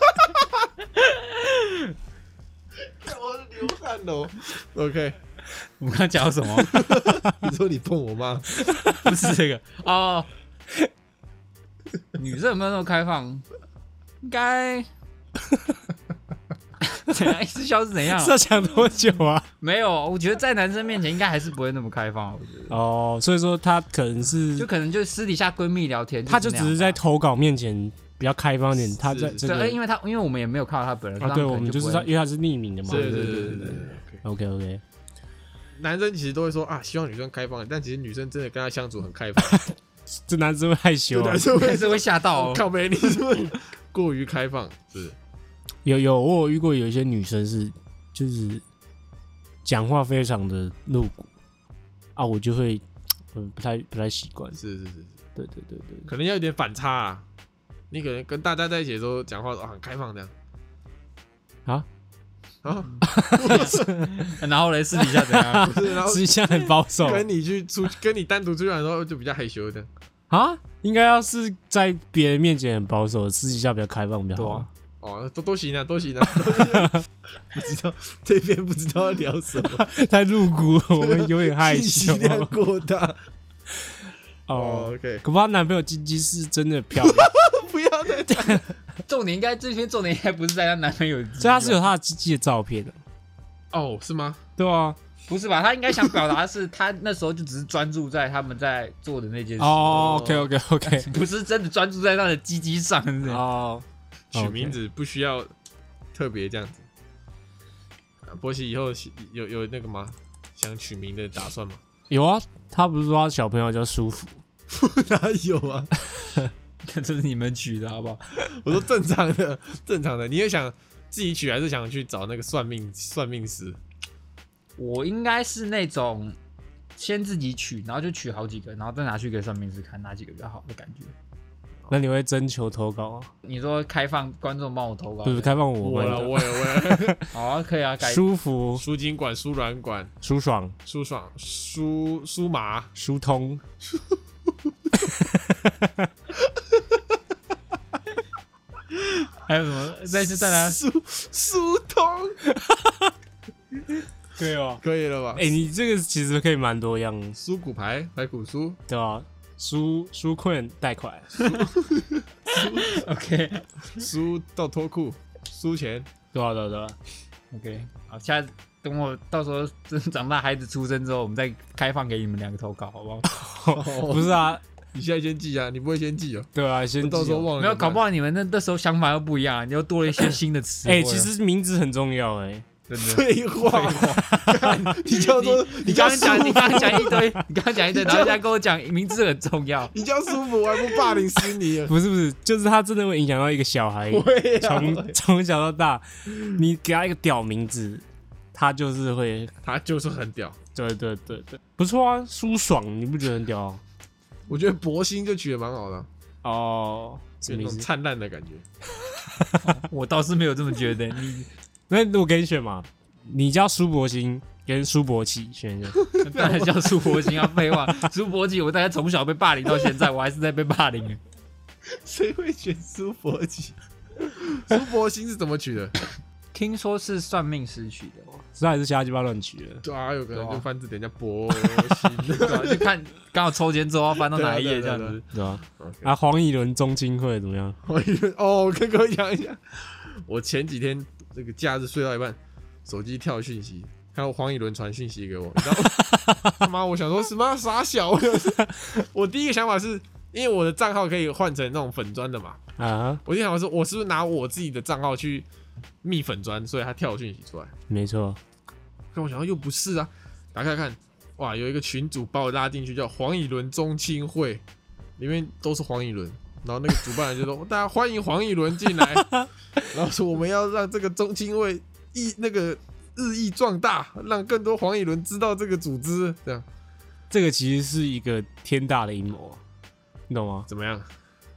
A: 我流汗哦。OK，
C: 我们刚刚讲到什 么？
A: 你说你碰我 妈？
C: 不是这个哦。女生有没有那么开放？应该。 怎样？一直笑是怎 样？
B: 是要讲多久啊？
C: 没有，我觉得在男生面前应该还是不会那么开放。我觉得，
B: 哦，所以说她可能，
C: 就是可能就私底下闺蜜聊天，
B: 她就只是在
C: 这
B: 投稿面前比较开放一点，她在
A: 是
B: 这
C: 样吧对，
B: 个
C: 因为他因为我们也没有看到他本人，
B: 啊，
C: 所
B: 对
C: 以他
B: 我
C: 可能
B: 们就是
C: 不
B: 她，
C: 会
B: 因为她是匿名的嘛。
A: 对对对对对对。
B: OK OK，
A: 男生其实都会说啊，希望女生开放，但其实女生真的跟他相处很开 放，
B: 这男生会害羞啊、
A: 男生
C: 还
A: 会
C: 是会吓到 哦。
A: 靠没你是不是过于开放，是
B: 有有，我有遇过有一些女生是就是讲话非常的露骨啊，我就会嗯不太不太习惯。
A: 是是是，
B: 对对对对，
A: 可能要有点反差啊。你可能跟大家在一起的时候讲话啊很开放这样
B: 啊
A: 啊，
C: 然后嘞，私底下怎样？
A: 不是，然后
B: 私下很保守
A: 跟你去出 跟你单独出去玩的时候就比较害羞这样。
B: 啊，应该要是在别人面前很保守，私底下比较开放比较好。
A: 哦，都都行啊，都行啊， 不知道这边不知道要聊什 么，
B: 太露骨了，我们有点害
A: 信息
B: 羞
A: 量过大。
B: 哦。
A: 哦，OK，
B: 可不，她男朋友鸡鸡是真的漂亮，
A: 不要再讲，
C: 重点应该这些重点应该不是在她男朋友，啊
B: 所以她是有她的鸡鸡的照片的。
A: 哦，是吗？
B: 对啊，
C: 不是吧？她应该想表达的是，她那时候就只是专注在他们在做的那件事，
B: 哦，OK OK OK，
C: 不是真的专注在她的鸡鸡上。是不是
B: 哦，
A: 取名字不需要特别这样子。啊波西以后喜有有那个吗？想取名的打算吗？
B: 有啊，她不是说她小朋友叫舒服，
A: 哪有啊？
C: 这是你们取的好不好？
A: 我说正常的，正常的。你也想自己取，还是想去找那个算命算命师？
C: 我应该是那种先自己取，然后就取好几个，然后再拿去给算命师看哪几个比较好的感觉。
B: 那你会征求投稿啊？
C: 你说开放观众帮我投稿，
B: 不是开放我
A: 我
B: 们
A: 了，
B: 的，
A: 我也我 也。
C: 好啊，可以啊，改
B: 舒服、
A: 输精管、输卵管、
B: 舒爽、
A: 输爽、输输麻，
B: 疏通。
C: 还有什么？再次 再 来，啊
A: 输输通，
B: 对哦，
A: 可以了吧？
B: 哎，你这个其实可以蛮多样，
A: 输骨牌、排骨酥，
B: 对吧？纾纾困贷款，
C: OK
A: 输到脱裤，输钱。
B: 对吧？对吧啊对吧？
C: OK，好，下次等我到时候真长大，孩子出生之后，我们再开放给你们两个投稿，好不好？
A: 哦
B: 不是啊，
A: 你现在先记啊，你不会先记哦，
B: 对啊，先
A: 到时候
B: 记哦
A: 忘了。
C: 没有，搞不
A: 好。
C: 好你们那那时候想法又不一样，你又多了一些新的词汇。
B: 哎，其实名字很重要哎，
C: 真的。
A: 废话，干 你叫做
C: 你
A: 你叫
C: 刚刚
A: 舒
C: 讲，你
A: 服，
C: 刚刚讲一堆， 你刚刚讲一堆，然后现在跟我讲名字很重要，
A: 你叫舒服，我还不霸凌死你 了？
B: 不是不是，就是他真的会影响到一个 小孩，
A: 会啊，
B: 从从小到大，你给他一个屌名字，他就是会，
A: 他就是很屌。
B: 对对对对，不错啊，舒爽，你不觉得很屌啊、
A: 我觉得博兴就取得蛮好的啊，
B: 哦，什
A: 有
B: 么
A: 那
B: 意
A: 种
B: 思？
A: 灿烂的感觉。
C: 我倒是没有这么觉得。你
B: 那我给你选嘛，你叫苏博兴跟苏博奇 选一下，
C: 当然叫苏博兴啊，废话，苏博兴，我大概从小被霸凌到现在，我还是在被霸凌。
A: 谁会选苏博 奇？苏博兴是怎么取的？
C: 听说是算命师取的，
B: 这还是瞎鸡巴乱取的。
A: 对啊，有可能就
C: 对啊
A: 翻字等一下博 兴。
C: 对啊，就看刚好抽签之后要翻到哪一页
A: 对
C: 这
A: 啊
C: 样
A: 对啊
C: 子。
B: 对 吧、
A: OK
B: 啊？黄以伦、钟金惠怎么样？
A: 我以为 哦，我跟各位讲一下，我前几天这个假日睡到一半，手机跳讯息，看到黄以伦传讯息给我，你知道吗 他妈，我想说什么啊傻小， 我想说我第一个想法是。因为我的账号可以换成那种粉砖的嘛，
B: 啊，
A: 我就想说，我是不是拿我自己的账号去密粉砖，所以他跳我讯息出来。
B: 没错，
A: 可我想到又不是啊，打开看，哇，有一个群主把我拉进去，叫黄以伦中青会，里面都是黄以伦。然后那个主办人就说：“大家欢迎黄以伦进 来。”然后说我们要让这个中青会益那个日益壮大，让更多黄以伦知道这个组织。这样
B: 这个其实是一个天大的阴谋啊，你懂吗？
A: 怎么样？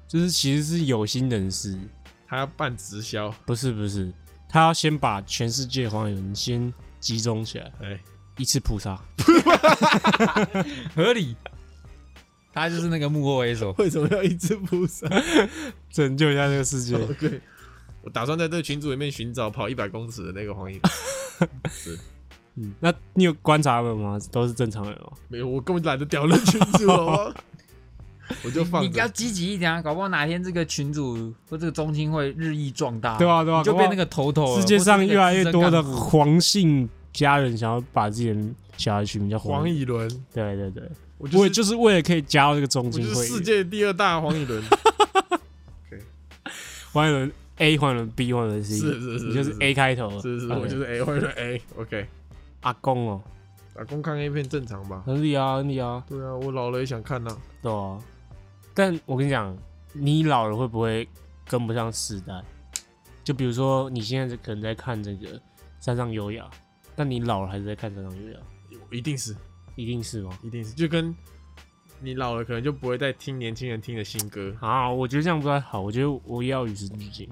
B: 就是其实是有心人士，
A: 他要办直销，
B: 不是不是，他要先把全世界黄人先集中起来，
A: 哎，
B: 一次扑杀。
A: 啊
C: 合理。他就是那个幕后黑手，
A: 为什么要一直不上
B: 拯救一下这个世界。
A: 哦？OK，我打算在这个群组里面寻找跑一百公尺的那个黄以伦。
B: 嗯，那你有观察他们吗？都是正常人吗？
A: 没有，我根本懒得屌那群主好不好我就放
C: 你
A: 着
C: 要积极一点啊！搞不好哪天这个群主或这个中心会日益壮大，
B: 对啊对啊
C: 你就变那个头
A: 哦
C: 头了。
B: 世界上越来越多的
C: 或是那个资深干部
B: 黄姓家人想要把自己的小孩取名叫黄
A: 黄
B: 人，
A: 以伦，
B: 对对对，
A: 我
B: 我
A: 就是
B: 也就是为了可以加入这个中
A: 我
B: 心
A: 就是
B: 会
A: 世
B: 员，
A: 界第二大黄以 伦，
B: 黄人 A 哎黄人 B 黄人 C，
A: 是是是
B: 你就是是
A: 是
B: A 开头，
A: 是 是，
B: OK
A: 我就是 A，我就是 A。OK，
B: 阿公哦，
A: 打工看 A 片正常吧？
B: 很厉害啊很厉害啊，
A: 对啊，我老了也想看呐。
B: 对啊。但我跟你讲，你老了会不会跟不上时代？就比如说你现在可能在看这个山上优雅，但你老了还是在看山上优雅，
A: 一定是，
B: 一定是吗？
A: 一定是，就跟你老了可能就不会再听年轻人听的新歌，
B: 啊，我觉得这样不太好。我觉得我也要与时俱进，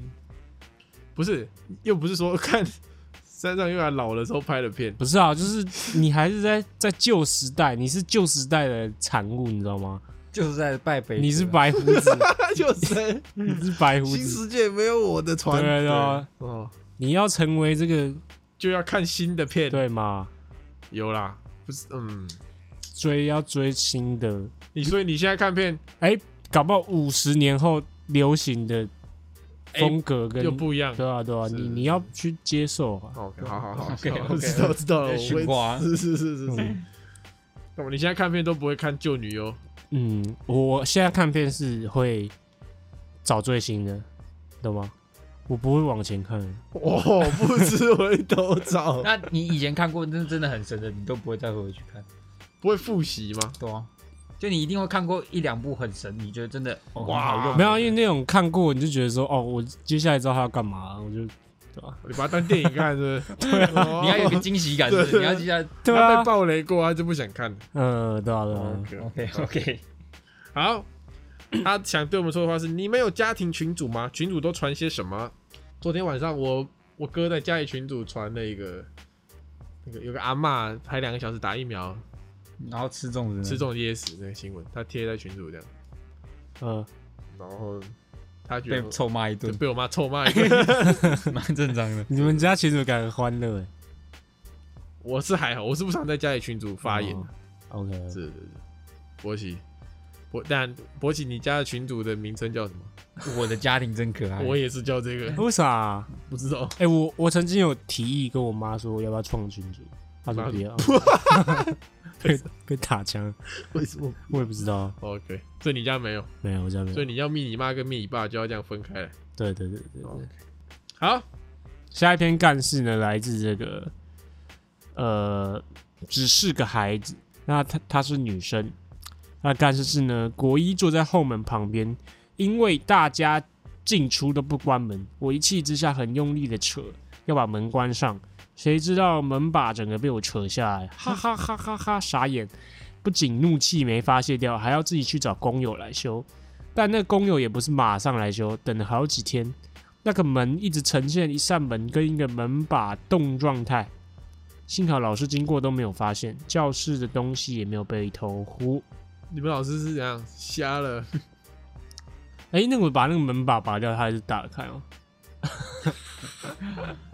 A: 不是，又不是说 看山上又来老的时候拍的片，
B: 不是啊，就是你还是在在旧时代，你是旧时代的产物，你知道吗？
C: 就是在拜北，
B: 你是白胡子，
A: 他 就是
B: 你是白胡
A: 新
B: 子，
A: 世界没有我的船。
B: 对啊对啊
A: 哦，
B: 你要成为这个
A: 就要看新的片，
B: 对嘛？
A: 有啦，不是，嗯，
B: 追要追新的，
A: 你所以你现在看片
B: 哎、搞不好五十年后流行的风格跟、
A: 又不一样。
B: 对啊对啊，
A: 是
B: 你
A: 是
B: 你要去接受啊。
A: OK，好好好
C: OK，OK，
A: 我知道知道了，
C: 在
A: 我
C: 循
A: 会
C: 环
A: 是是是是是。那么你现在看片都不会看旧女优，
B: 嗯，我现在看片是会找最新的，懂吗？我不会往前看。
A: 哦，不知回头草，
C: 那你以前看过，真的真的很深的，你都不会再回去看，
A: 不会复习吗？
C: 对啊。就你一定会看过一两部很神，你觉得真的哦
A: 哇
C: 很好用，
B: 没有啊，因为那种看过你就觉得说，哦，我接下来知道他要干嘛，啊我就
A: 你把它当电影看是不是？对啊
C: 你要有个惊 喜感，是不是
A: 对哦
C: 你要记下。
B: 对
A: 他
B: 啊
A: 被，暴雷过，他就不想看了。
B: 呃，对啊，对啊，
A: OK，
C: OK OK，
A: 好，他想对我们说的话是：你们有家庭群组吗？群主都传些什么？昨天晚上我我哥在家里群主传了一个，那个有个阿嬷排两个小时打疫苗，
C: 然后吃粽子呢，
A: 吃中噎死那个新闻，他贴在群主这样，
B: 呃，
A: 然后他觉
C: 被
A: 得
C: 臭骂一
A: 就
C: 顿，
A: 被我妈臭骂一 顿。
C: 蛮正常的。
B: 你们家群主感很欢乐哎
A: 我是还好，我是不常在家里群主发言的。啊
B: 哦，OK，
A: 是是是，博奇，博但博奇，你家的群主的名称叫什么？
C: 我的家庭真可爱，
A: 我也是叫这个，
B: 为啥？啊
A: 不知道。
B: 哎，我我曾经有提议跟我妈说要不要创群主，她说不要，被被打枪，
A: 为什么
B: 我也不知道，
A: ？OK，所以你家没有，
B: 没有，我家没
A: 所
B: 有
A: 以，你要密你妈跟密你爸就要这样分开来。
B: 对对对对对，
A: 好，
B: 下一篇干事呢，来自这个，呃，只是个孩子。那她她是女生，那干事是呢，国一坐在后门旁边，因为大家进出都不关门，我一气之下很用力的扯，要把门关上，谁知道门把整个被我扯下来，哈哈哈哈哈，傻眼！不仅怒气没发泄掉，还要自己去找工友来修。但那工友也不是马上来修，等了好几天，那个门一直呈现一扇门跟一个门把动状态。幸好老师经过都没有发现，教室的东西也没有被偷呼。
A: 你们老师是怎样瞎 了？
B: 哎、那我把那个门把拔掉，它还是打得开哦。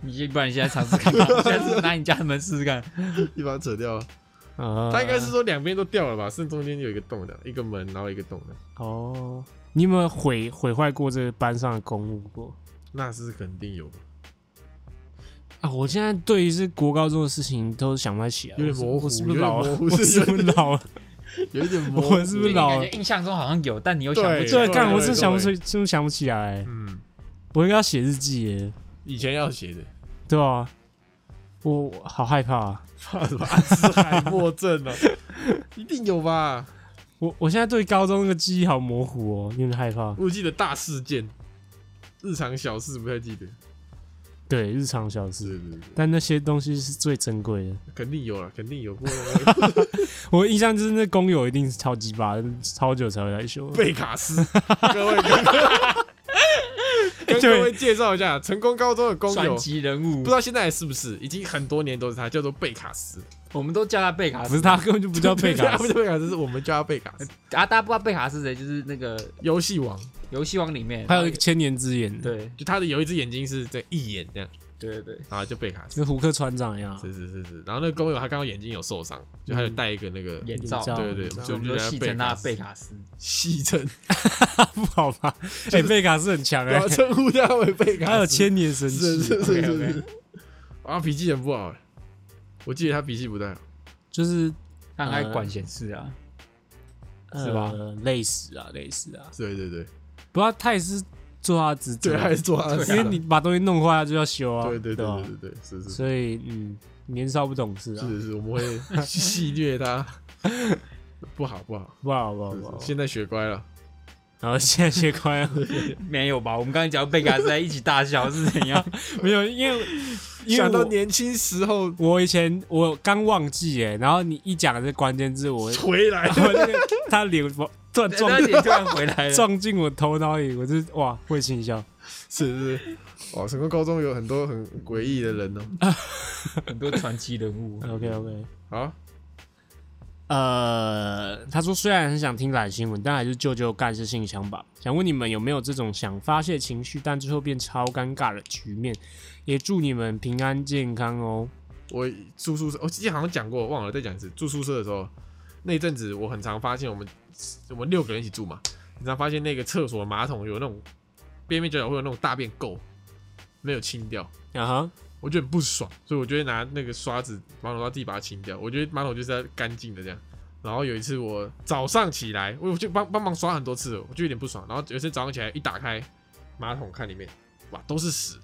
C: 你先不然你现在尝 试看看，你现在是拿你家的门试试看。
A: 你把它扯掉了。
B: 啊，
A: 他应该是说两边都掉了吧，剩中间有一个洞的，一个门，然后一个洞的，
B: 哦。你有没有毁毁坏过这个班上的公物过
A: 那是肯定有吧，
B: 啊？我现在对于这国高中的事情都想不太起来，
A: 有点模糊
B: 我是不是
A: 有点
B: 老了？
A: 模糊
B: 我是不是老了？
A: 有一 点模糊。
B: 我是不是老
C: 感
B: 了
C: 觉？印象中好像有，但你又想不
A: 对
C: 起来
B: 对，干，我真
A: 对
B: 的想不出，真的想不起来。
A: 嗯，
B: 我应该要写日记耶，
A: 以前要写的，
B: 对啊，我我好害怕、啊。
A: 怕什么阿兹海默症啊？一定有吧？
B: 我我现在对高中那个记忆好模糊哦，有点害怕。
A: 我记得大事件，日常小事不太记得。
B: 对，日常小
A: 对
B: 事，
A: 对对，
B: 但那些东西是最珍贵的。
A: 肯定有了，肯定有。不过
B: 我印象就是那工友一定是超级巴，超久才会来修。
A: 贝卡 斯，各位跟跟各位介绍一下，成功高中的工
C: 传
A: 友，
C: 奇人物
A: 不知，道现在还是不是，已经很多年都是他，叫做贝卡斯。
C: 我们都叫他贝卡
B: 不
C: 斯
B: 是他根本就不叫贝 卡
A: 不
B: 斯
A: 哦是贝卡斯，哎是我们叫他贝卡斯。
C: 啊，大家不知道贝卡斯谁，就是那个
A: 游戏王，
C: 游戏王里面
B: 还有一个千年之眼，，
C: 对
A: 就他的有一只眼睛是这一眼这样，
C: 对对对，
A: 然后就贝卡斯。
B: 跟胡克船长一样。
A: 是是嗯是是，然后那个工友他刚刚眼睛有受伤，就他就戴一个那个
C: 眼
B: 眼
C: 罩，
B: 罩
A: 对对
B: 罩
A: 就
C: 我们就戏称他贝卡斯。
A: 细针，
B: 不好吧？哎，贝卡斯很强哎
A: 然后，称呼他为贝卡斯。
B: 还有千年神
A: 是
B: 器，
A: 是是是
C: OK，OK
A: 是，啊，脾气很不好欸，我记得他脾气不太好。
B: 就是
C: 他很爱管闲事啊，是吧
B: 呃，累死啊，累死啊！
A: 对对对，
B: 不过他也是做他的职责啊
A: 对，，还是做他的事啊
B: 因为你把东西弄坏，他就要修啊。
A: 对对对
B: 吧
A: 对对对，是是
B: 所以嗯，年少不懂事啊，
A: 是是，我们会戏虐他，不好不 好，
B: 不好不好
A: 是
B: 不好
A: 是。现在学乖了。
B: 然后现在学乖了，
C: 没有吧？我们刚才讲贝卡斯在一起大笑是怎 样？
B: 没有，因为因
A: 想
B: 为
A: 到
B: 我
A: 年轻时候
B: 我以前我刚忘记哎，然后你一讲这关键字， 我
A: 回来
B: 然，后那个他脸我突然撞
C: 那你突然回来了，
B: 撞进我头脑里，我就哇会心一笑。
A: 是是，哦，成功高中有很多很诡异的人哦。
C: 很多传奇人物。
B: OK OK。
A: 好，
B: 呃，他说虽然很想听懒新闻，但还是救救干事信箱吧。想问你们有没有这种想发泄情绪，但最后变超尴尬的局面？也祝你们平安健康哦。
A: 我住宿舍，我之前好像讲过，忘了再讲一次。住宿舍的时候，那一阵子我很常发现，我们我们六个人一起住嘛，很常发现那个厕所马桶有那种边边角角会有那种大便垢，没有清掉，
B: 啊哈，
A: 我就很不爽，所以我就会拿那个刷子马桶刷自己把它清掉。我觉得马桶就是要干净的这样。然后有一次我早上起来，我就帮帮忙刷很多次了，我就有点不爽。然后有一次早上起来一打开马桶看里面，哇，都是屎。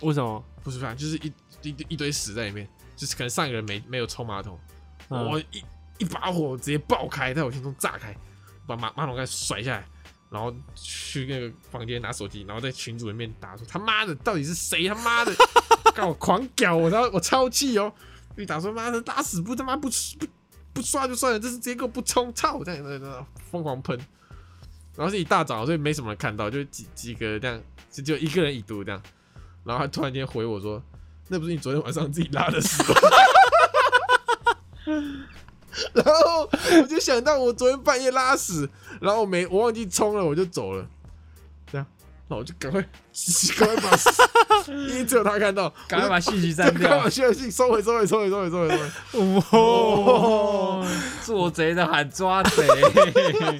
B: 为什么？
A: 不是饭，就是一一堆一堆屎在里面，就是可能上一个人没没有冲马桶，
B: 嗯
A: 我一一把火直接爆开，在我心中炸开，把马马桶盖甩下来，然后去那个房间拿手机，然后在群组里面打说他妈的到底是谁他妈的， 干我狂屌我，然后我超气哦，一打说妈的打死不他妈不不不刷就算了，这是直接给我不冲操这样这样这样疯狂喷，然后是一大早，所以没什么人看到，就几几个这样，就只有一个人已读这样。然后他突然间回我说：“那不是你昨天晚上自己拉的屎吗？” 然后我就想到我昨天半夜拉屎，然后我没我忘记冲了，我就走了。这样，那我就赶快赶快把屎， 因为只有他看到，
C: 赶快把信息
A: 我就
C: 删
A: 赶快
C: 掉
A: 把！消息收回收回收回收回收回收回。
C: 哦，做贼的喊抓贼，
B: 嘿嘿，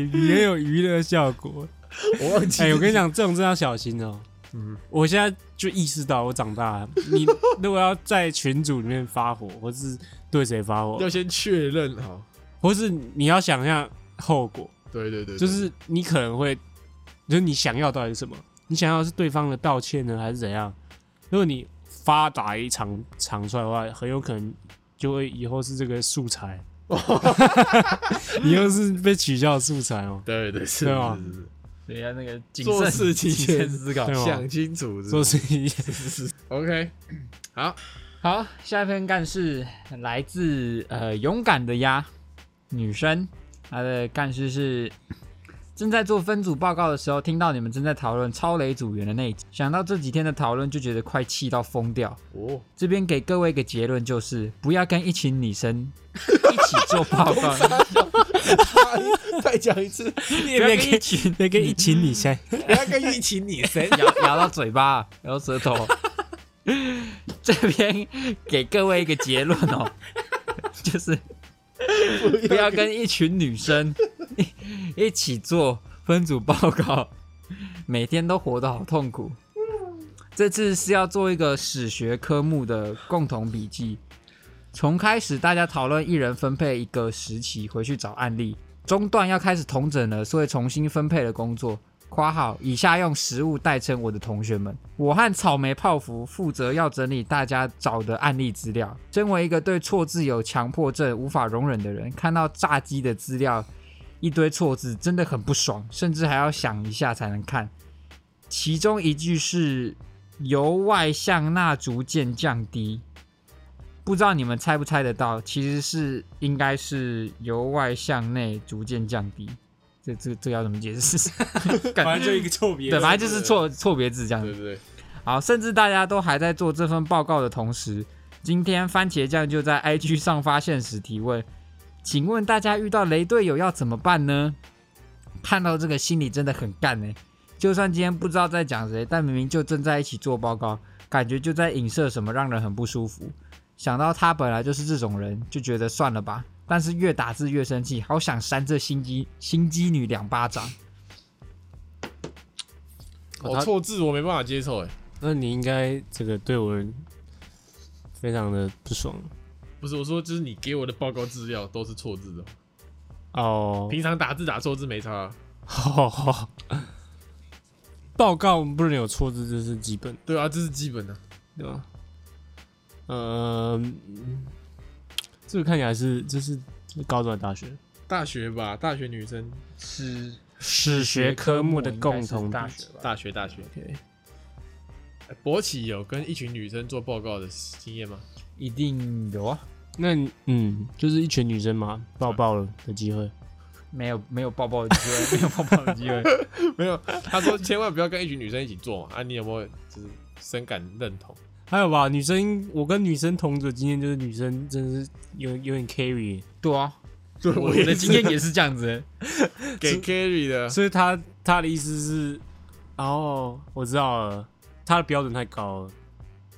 B: 哎你很有娱乐效 果。
A: 我忘记
B: 哎、我跟你讲，这种真的要小心哦。
A: 嗯
B: 我现在就意识到我长大了。 你如果要在群组里面发火，或是对谁发火
A: 要，先确认好。
B: 或是你要想象后果，
A: 对对对，对
B: 就是你可能会，就是你想要到底是什么？你想要是对方的道歉呢，还是怎样？如果你发打一场长出来的话，很有可能就会以后是这个素材， 以后是被取笑的素材哦、
A: 对对是
B: 对
C: 啊
B: 吧
A: 是是
C: 对呀，那个谨
A: 做
C: 慎
A: 事情
C: 谨
A: 前
C: 慎思 考
B: 对。
A: 是
B: 吗
A: 想清楚是
B: 说
A: 不是
B: 是一
A: OK，
C: 好，下一篇干事来自呃勇敢的鸭女生，她的干事是正在做分组报告的时候，听到你们正在讨论超雷组员的那一集，想到这几天的讨论，就觉得快气到疯掉。
A: 哦，
C: 这边给各位一个结论，就是不要跟一群女生一起做报告，
A: 再讲一次，
B: 你
C: 不要
B: 也
C: 跟
B: 可
C: 一
B: 以，
C: 群
B: 也可以请你先。
A: 不要跟疫情女生
C: 咬 咬到嘴巴，咬到舌头。 这边给各位一个结论哦， 就是不要跟一群女生 一一起做分组报告，每天都活得好痛苦。这次是要做一个史学科目的共同笔记，从开始大家讨论一人分配一个时期回去找案例，中段要开始统整了，所以重新分配了工作。括号以下用实物代称我的同学们，我和草莓泡芙负责要整理大家找的案例资料。身为一个对错字有强迫症无法容忍的人，看到炸鸡的资料一堆错字，真的很不爽，甚至还要想一下才能看。其中一句是由外向钠逐渐降低，不知道你们猜不猜得到？其实是应该是由外向内逐渐降低。这这这要怎么解释？干
B: 反正就一个臭别
C: 对，
B: 人。
C: 反正就是错错别字这 样
A: 对
C: 子。
A: 对对，
C: 好，甚至大家都还在做这份报告的同时，今天番茄酱就在 IG 上发现时提问：“请问大家遇到雷队友要怎么办呢？”看到这个心里真的很干呢、欸就算今天不知道在讲谁，但明明就正在一起做报告，感觉就在影射什么，让人很不舒服。想到他本来就是这种人，就觉得算了吧。但是越打字越生气，好想扇这心机心机女两巴掌。
A: 哦，错字我没办法接受哎，
B: 那你应该这个对我非常的不爽
A: 不是我说，就是你给我的报告资料都是错字的，
B: 哦。
A: 平常打字打错字没差啊，
B: 好好好 报告不能有错字，这是基本，
A: 对啊，这是基本的，
B: 对吧？呃，嗯这个看起来是这是这是高中还是大学
A: 大学吧，大学女生，
C: 是
B: 史学科目的共同
C: 大
B: 大
C: 学
B: 学。
C: 吧？
A: 大学大学，哎博奇有跟一群女生做报告的经验吗？
C: 一定有啊，
B: 那你嗯，就是一群女生嘛，抱抱了的机会。
C: 没有没有抱抱的机会，没有抱抱的 机会。
A: 没有，他说千万不要跟一群女生一起做嘛，啊，你有没有就是深感认同？
B: 还有吧，女生，我跟女生同组的经验就是女生真的是有有点 carry，
C: 对啊，
A: 对，
C: 我的经验也是这样子、
A: 给 Gary 的，
B: 所以她她的意思是，哦，我知道了，她的标准太高了，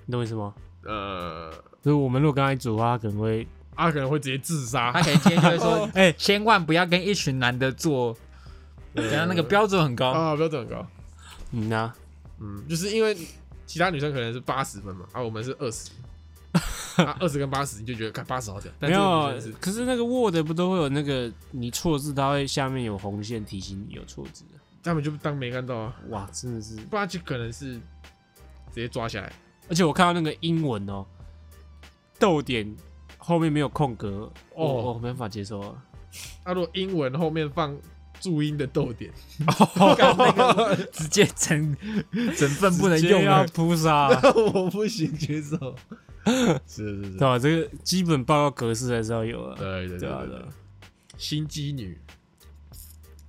B: 你懂我意思吗？
A: 呃，
B: 所以我们如果跟她一组的话，她可能会，
A: 他可能会直接自杀
C: 他。可能今天就会说
A: 哦
B: 哎、
C: 千万不要跟一群男的做，等下那个标准很高。
A: 啊，标准很高，
B: 你呢、
A: 嗯，就是因为其他女生可能是八十分嘛，啊，我们是二十，啊，二十跟八十你就觉得看八十好屌，但
B: 没
A: 这个
B: 有啊
A: 女生是，
B: 可是那个 Word 不都会有那个你错字，它会下面有红线提醒你有错字的。
A: 他们就当没看到啊，
B: 哇，真的是！
A: 不然就可能是直接抓下来，
B: 而且我看到那个英文哦，逗点后面没有空格，
A: 哦
B: 哦，我我没办法接受啊。
A: 啊，如果英文后面放注音的逗点，
C: 干那
A: 哦
C: 个 直接整整份不能
B: 直
C: 用
B: 接要
C: 啊！
B: 扑杀，
A: 我不行接受，是是是
B: 对，吧？这个基本报告格式还是要有啊。
A: 对对
B: 对啊
A: 对
B: 对
A: 对
B: 啊，
A: 心机女，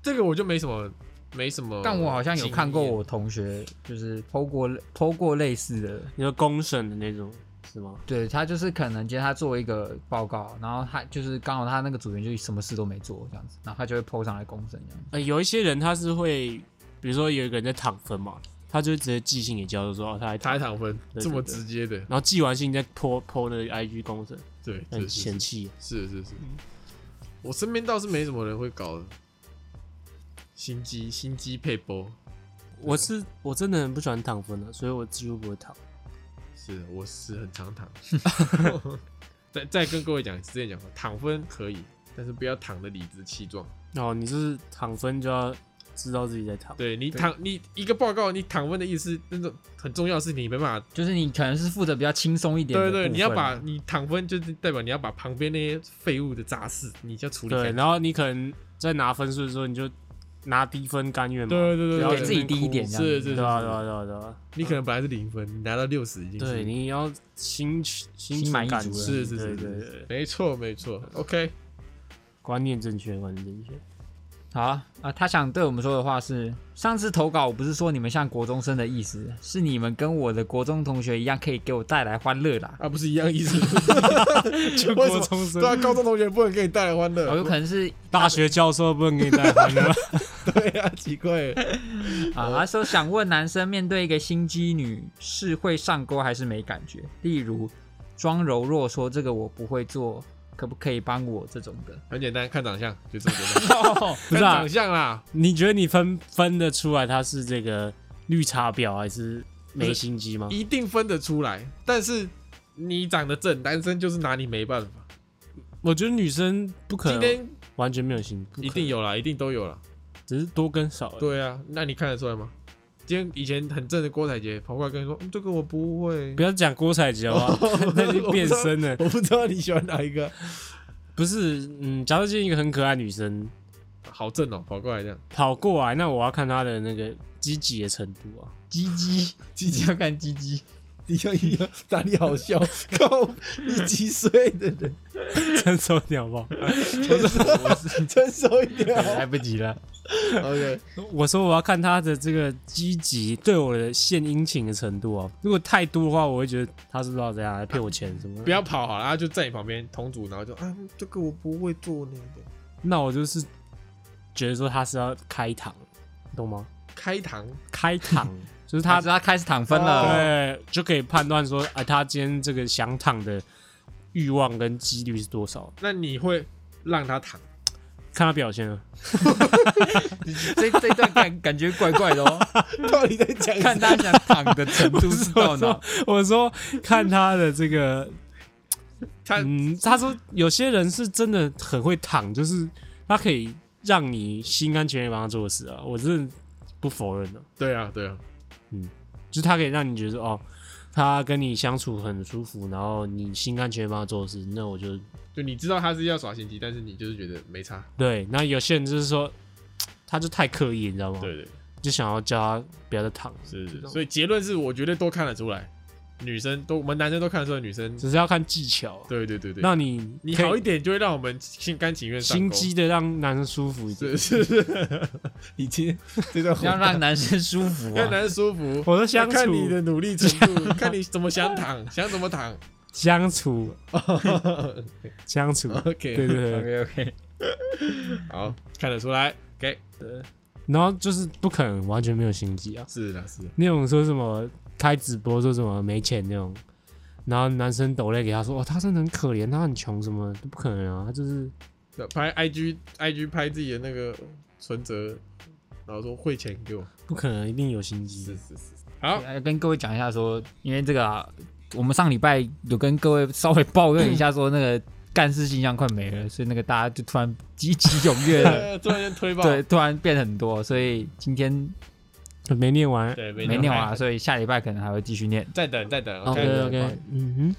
A: 这个我就没什么没什么经验，
C: 但我好像有看过我同学就是剖过剖过类似的，
B: 你说公审的那种是吗？
C: 对他就是可能今天他做一个报告，然后他就是刚好他那个组员就什么事都没做这样子，然后他就会剖上来公审这样子。
B: 呃，有一些人他是会，比如说有一个人在躺分嘛，他就会直接寄信给教授说，哦，他还躺
A: 台糖分
B: 对对
A: 这么
B: 对
A: 直接的，
B: 然后寄完信再泼泼那个 IG 公审，
A: 对，
B: 很
A: 是是
B: 嫌弃。
A: 是是是，我身边倒是没什么人会搞心机心机配波，
B: 我是我真的很不喜欢躺分的，啊所以我几乎不会躺。
A: 是我是很常躺。 再再跟各位讲，之前讲过，躺分可以，但是不要躺的理直气壮。
B: 哦，你就是躺分就要知道自己在躺。
A: 对你
C: 对
A: 躺你一个报告，你躺分的意思，那种很重要的事情，你没办法。
C: 就是你可能是负责比较轻松一点的
A: 对对，
C: 部
A: 你要
C: 分啊
A: 把你躺分，就是代表你要把旁边那些废物的杂事，你就要处理
B: 对，
A: 掉。
B: 然后你可能在拿分数的时候，你就拿低分甘愿嘛。
A: 对对对
B: 不要
A: 对，
B: 给
A: 对
B: 自己
C: 低一点这样
A: 是是
B: 对
A: 是，
B: 啊，
A: 是
B: 对啊，对啊，对啊。
A: 你可能本来是零分，你拿到六十已经是
B: 对，你要心心
C: 心满意
B: 满
C: 足了
A: 是是是
B: 对对
A: 是
B: 对
A: 是，，没错没错。OK，
B: 观念正确，观念正确。
C: 好啊、啊他想对我们说的话是：上次投稿我不是说你们像国中生的意思，是你们跟我的国中同学一样，可以给我带来欢乐啦。
A: 啊，不是一样意 思，为什
B: 国
A: 么？
B: 中生
A: 对啊，高中同学不能给你带来欢乐
C: 哦，有，可能是
B: 大学教授不能给你带欢 乐。
A: 对啊，奇怪。
C: 啊，他说想问男生面对一个心机女是会上钩还是没感觉？例如装柔弱说这个我不会做，可不可以帮我这种的？
A: 很简单，看长相就这么简 单。
B: 不
A: 看
B: 是啊
A: 长，相啦，
B: 你觉得你分分得出来他是这个绿茶婊还是没心机吗？
A: 一定分得出来。但是你长得正，男生就是拿你没办法。
B: 我觉得女生不可
A: 今
B: 能
A: 天
B: 完全没有心，不可
A: 一
B: 能
A: 定，有啦，一定都有啦。
B: 只是多跟少而已。
A: 对啊，那你看得出来吗？今天以前很正的郭采洁跑过来跟你说：“嗯、这个我不会
B: 不。要讲郭采洁啊，那就变身了”。
A: 我不知道你喜欢哪一个，
B: 不是，嗯，假设今天一个很可爱女生
A: 好正哦、跑过来这样，
B: 跑过来，那我要看她的那个积极的程度 啊。
C: 鸡鸡，鸡鸡要 看鸡鸡，
A: 一样一样，哪里好笑？靠，你几岁的人？
B: 成熟点好不好？
A: 成熟一点
C: 来不及了。
A: OK，
B: 我说我要看她的这个积极对我的献殷勤的程度啊。如果太多的话，我会觉得她是不知道怎样来骗我钱什么的。
A: 不要跑好了，他就在你旁边同组，然后就啊，这个我不会做那个
B: 那我就是觉得说他是要开膛，懂吗？
A: 开膛
B: 开膛就是
C: 他
B: 他
C: 知道开始躺分了，哦
B: 对就可以判断说，啊，他今天这个想躺的欲望跟几率是多少，
A: 那你会让他躺？
B: 看他表现啊。
C: 这这段感感觉怪怪的哦。
A: 到底在讲
C: 看他想躺的程度是到哪？
B: 我说看他的这个，
A: 他
B: 嗯，他说有些人是真的很会躺，就是他可以让你心甘情愿帮他做事啊，我真的不否认的、
A: 对啊，对啊，
B: 就是他可以让你觉得哦，他跟你相处很舒服，然后你心甘情愿帮他做事，那我就
A: 就你知道他是要耍心机，但是你就是觉得没差。
B: 对。那有些人就是说，他就太刻意，你知道吗？，
A: 哦对，
B: 就想要叫他不要再躺，
A: 是
B: 这
A: 是。
B: 种
A: 所以结论是，我觉得都看得出来，女生都我们男生都看得出来，女生
B: 只是要看技巧，
A: 对对对对。
B: 让你
A: 你
B: 可以
A: 好一点，就会让我们心甘情愿上
B: 心
A: 钩。
B: 机的让男生舒服一点
A: 是。是 是，已经这段
C: 要让男生舒服
A: 让
C: 啊！
A: 男生舒服。
B: 我说相
A: 看你
B: 处
A: 的努力程度，看你怎么想 躺，想怎么躺。
B: 相处
A: 哦
B: 相处，
A: OK，
B: 对对对。
C: OK OK，
A: 好，看得出来。OK，
B: 然后就是不可能完全没有心机啊，
A: 是的，是的。
B: 那种说什么开直播说什么没钱那种，然后男生抖泪给他说，哦，他真的很可怜，他很穷，什么都不可能啊，他就是
A: 那拍 IG IG 拍自己的那个存折，然后说汇钱给我。
B: 不可能，一定有心机的。
A: 是是。好，
C: 哎跟各位讲一下说，因为这个啊，我们上礼拜有跟各位稍微抱怨一下说那个干事信箱快没了，所以那个大家就突然积极踊跃 了，
A: 呃突然间推爆。
C: 对，突然变很多，所以今天
B: 没念完。
A: 对，没
C: 没念完啊，
A: 还
C: 所以下礼拜可能还会继续念。
A: 再等再等。
B: OK OK，嗯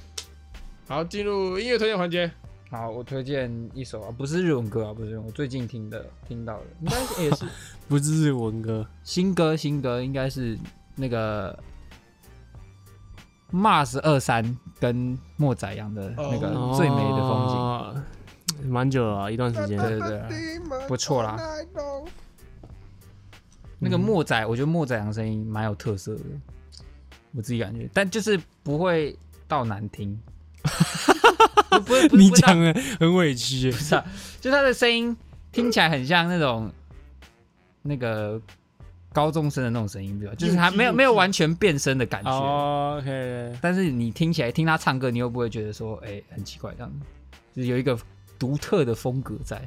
A: 好，进入音乐推荐环节。
C: 好，我推荐一首啊，不是日文歌啊，不是日文我最近听的听到的，应该哎是也是
B: 哼，不是日文歌，
C: 新歌，新歌应该是那个 Mars 二三跟莫宰阳的那个
B: 哦
C: 《嗯最美的风景》
B: 景，哦蛮久了啊，一段时间。
C: 对对对，不错啦。那
B: 嗯
C: 个莫宰，我觉得莫宰阳声音蛮有特色的，我自己感觉，但就是不会到难 听。不不会，不是
B: 你
C: 不会到
B: 讲的很委屈耶，
C: 不是啊，就他的声音听起来很像那种那个高中生的那种声音，对吧？就是他没有没有完全变声的感觉。
B: 哦 OK，
C: 但是你听起来听他唱歌，你又不会觉得说，哎、很奇怪这样，就是有一个独特的风格在。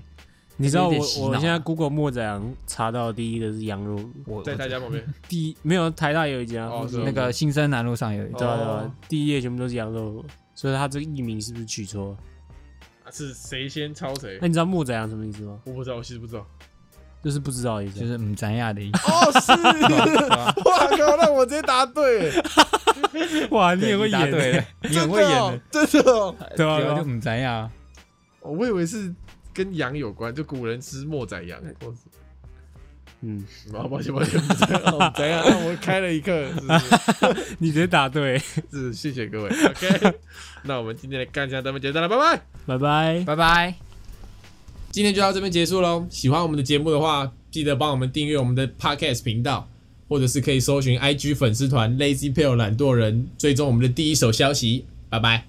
B: 你知道
C: 有
B: 我
C: 点洗脑啊
B: 我现在 Google 莫宰阳查到的第一个是羊肉炉，
C: 我
A: 在
C: 我
A: 他家旁边，
B: 第一没有台大有一家，
A: 哦
B: 附近
A: 是
C: 那个新生南路上有一
B: 对
C: 个，
B: 啊
A: 哦
B: 对啊，第一页全部都是羊肉炉，所以他这个艺名是不是取错？
A: 啊是谁先抄谁
B: 那？你知道莫宰阳什么意思吗？
A: 我不知道，我其实不知道。。
B: 就是不知道的意思。
C: 就是嗯，咱亚的意思
A: 哦， 是，
C: 对吧
A: 哇靠，那我直接答对，
B: 哇，你
C: 对
B: 也会
C: 答
B: 演
C: 对
B: 欸，
C: 了，你很会演的，
A: 真的哦，真的哦。
B: 对啊对
C: 对啊，就
B: 啊，
C: 嗯，咱亚。
A: 哦我以为是跟羊有关，就古人吃莫宰羊。我
B: 嗯，
A: 啊，抱歉抱歉，不是哦 怎样？让我开了一课，是不是
B: 你直接答对，
A: 是，谢 谢各位。OK，那我们今天的干将咱们结束了，拜拜。
B: 拜拜。
C: 拜拜。
D: 今天就到这边结束喽。喜欢我们的节目的话，记得帮我们订阅我们的 Podcast 频道，或者是可以搜寻 IG 粉丝团 Lazy p a l e 懒惰人，追踪我们的第一手消息。拜拜。